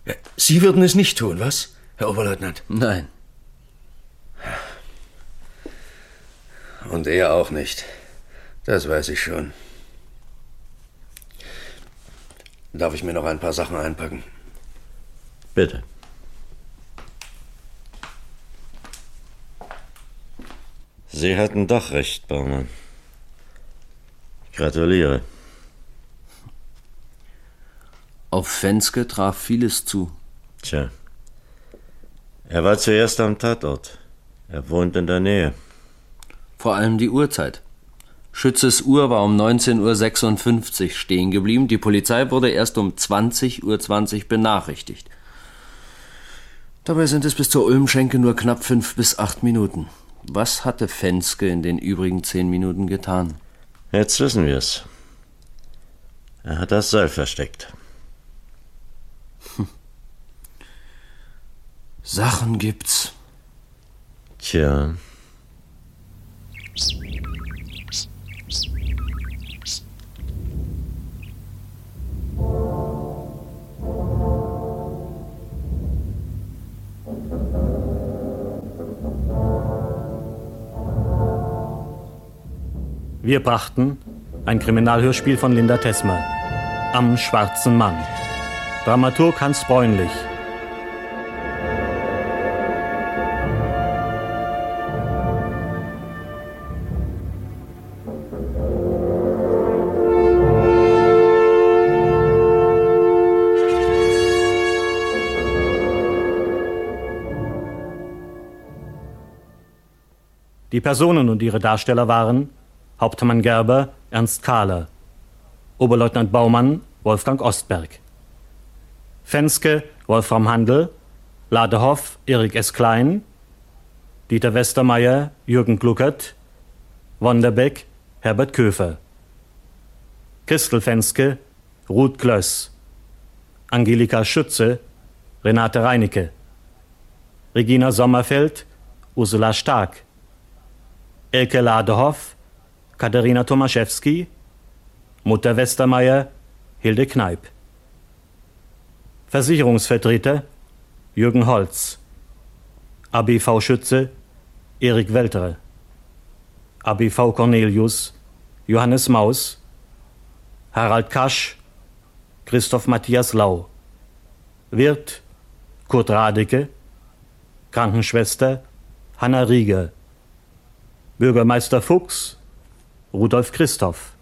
[SPEAKER 21] Äh, Sie würden es nicht tun, was, Herr Oberleutnant?
[SPEAKER 11] Nein.
[SPEAKER 21] Und er auch nicht. Das weiß ich schon. Darf ich mir noch ein paar Sachen einpacken?
[SPEAKER 12] Bitte. Sie hatten doch recht, Baumann. Gratuliere.
[SPEAKER 11] Auf Fenske traf vieles zu.
[SPEAKER 12] Tja. Er war zuerst am Tatort. Er wohnt in der Nähe.
[SPEAKER 11] Vor allem die Uhrzeit. Schützes Uhr war um 19.56 Uhr stehen geblieben. Die Polizei wurde erst um 20.20 Uhr benachrichtigt. Dabei sind es bis zur Ulmschenke nur knapp fünf bis acht Minuten. Was hatte Fenske in den übrigen zehn Minuten getan?
[SPEAKER 12] Jetzt wissen wir es. Er hat das Seil versteckt.
[SPEAKER 11] Sachen gibt's.
[SPEAKER 12] Tja.
[SPEAKER 14] Wir brachten ein Kriminalhörspiel von Linda Tessmer. Am schwarzen Mann. Dramaturg Hans Bräunlich. Die Personen und ihre Darsteller waren Hauptmann Gerber, Ernst Kahler, Oberleutnant Baumann, Wolfgang Ostberg, Fenske, Wolfram Handel, Ladehoff, Erik S. Klein, Dieter Westermeier, Jürgen Gluckert, Wonderbeck, Herbert Köfer, Christel Fenske, Ruth Glöss, Angelika Schütze, Renate Reinecke, Regina Sommerfeld, Ursula Stark, Elke Ladehoff, Katharina Tomaszewski, Mutter Westermeier, Hilde Kneip. Versicherungsvertreter Jürgen Holz, ABV Schütze Erik Weltere, ABV Cornelius Johannes Maus, Harald Kasch, Christoph Matthias Lau, Wirt Kurt Radeke, Krankenschwester Hanna Rieger, Bürgermeister Fuchs, Rudolf Christoph.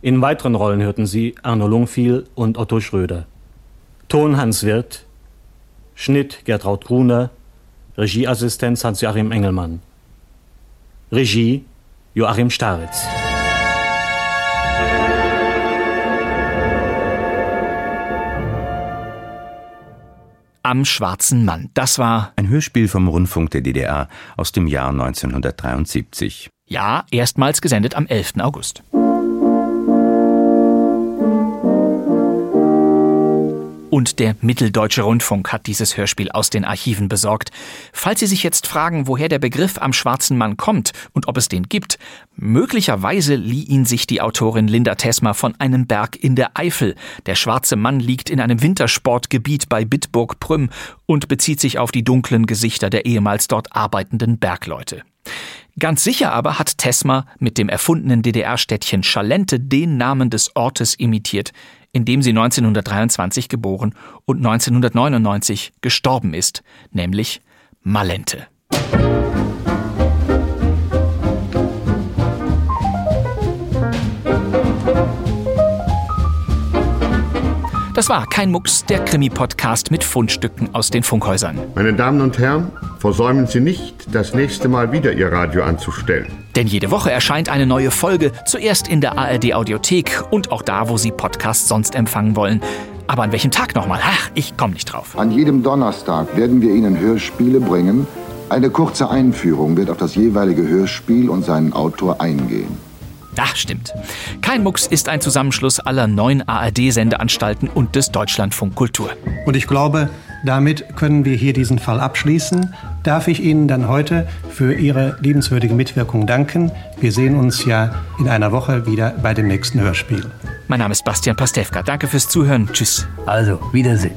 [SPEAKER 14] In weiteren Rollen hörten sie Arno Lungfiel und Otto Schröder. Ton Hans Wirth, Schnitt Gertraud Gruner, Regieassistenz Hans-Joachim Engelmann. Regie Joachim Staritz.
[SPEAKER 7] Am schwarzen Mann. Das war
[SPEAKER 20] Ein Hörspiel vom Rundfunk der DDR aus dem Jahr 1973.
[SPEAKER 7] Ja, erstmals gesendet am 11. August. und der Mitteldeutsche Rundfunk hat dieses Hörspiel aus den Archiven besorgt. Falls Sie sich jetzt fragen, woher der Begriff am schwarzen Mann kommt und ob es den gibt, möglicherweise lieh ihn sich die Autorin Linda Tesma von einem Berg in der Eifel. Der schwarze Mann liegt in einem Wintersportgebiet bei Bitburg-Prüm und bezieht sich auf die dunklen Gesichter der ehemals dort arbeitenden Bergleute. Ganz sicher aber hat Tesma mit dem erfundenen DDR-Städtchen Schalente den Namen des Ortes imitiert, in dem sie 1923 geboren und 1999 gestorben ist, nämlich Malente. Das war kein Mucks, der Krimi-Podcast mit Fundstücken aus den Funkhäusern.
[SPEAKER 14] Meine Damen und Herren, versäumen Sie nicht, das nächste Mal wieder Ihr Radio anzustellen.
[SPEAKER 7] Denn jede Woche erscheint eine neue Folge, zuerst in der ARD Audiothek und auch da, wo Sie Podcasts sonst empfangen wollen. Aber an welchem Tag nochmal? Ach, ich komme nicht drauf.
[SPEAKER 5] An jedem Donnerstag werden wir Ihnen Hörspiele bringen. Eine kurze Einführung wird auf das jeweilige Hörspiel und seinen Autor eingehen.
[SPEAKER 7] Ach, stimmt. Kein Mucks ist ein Zusammenschluss aller neun ARD-Sendeanstalten und des Deutschlandfunk Kultur.
[SPEAKER 15] Und ich glaube, damit können wir hier diesen Fall abschließen. Darf ich Ihnen dann heute für Ihre liebenswürdige Mitwirkung danken. Wir sehen uns ja in einer Woche wieder bei dem nächsten Hörspiel.
[SPEAKER 7] Mein Name ist Bastian Pastewka. Danke fürs Zuhören. Tschüss.
[SPEAKER 30] Also, Wiedersehen.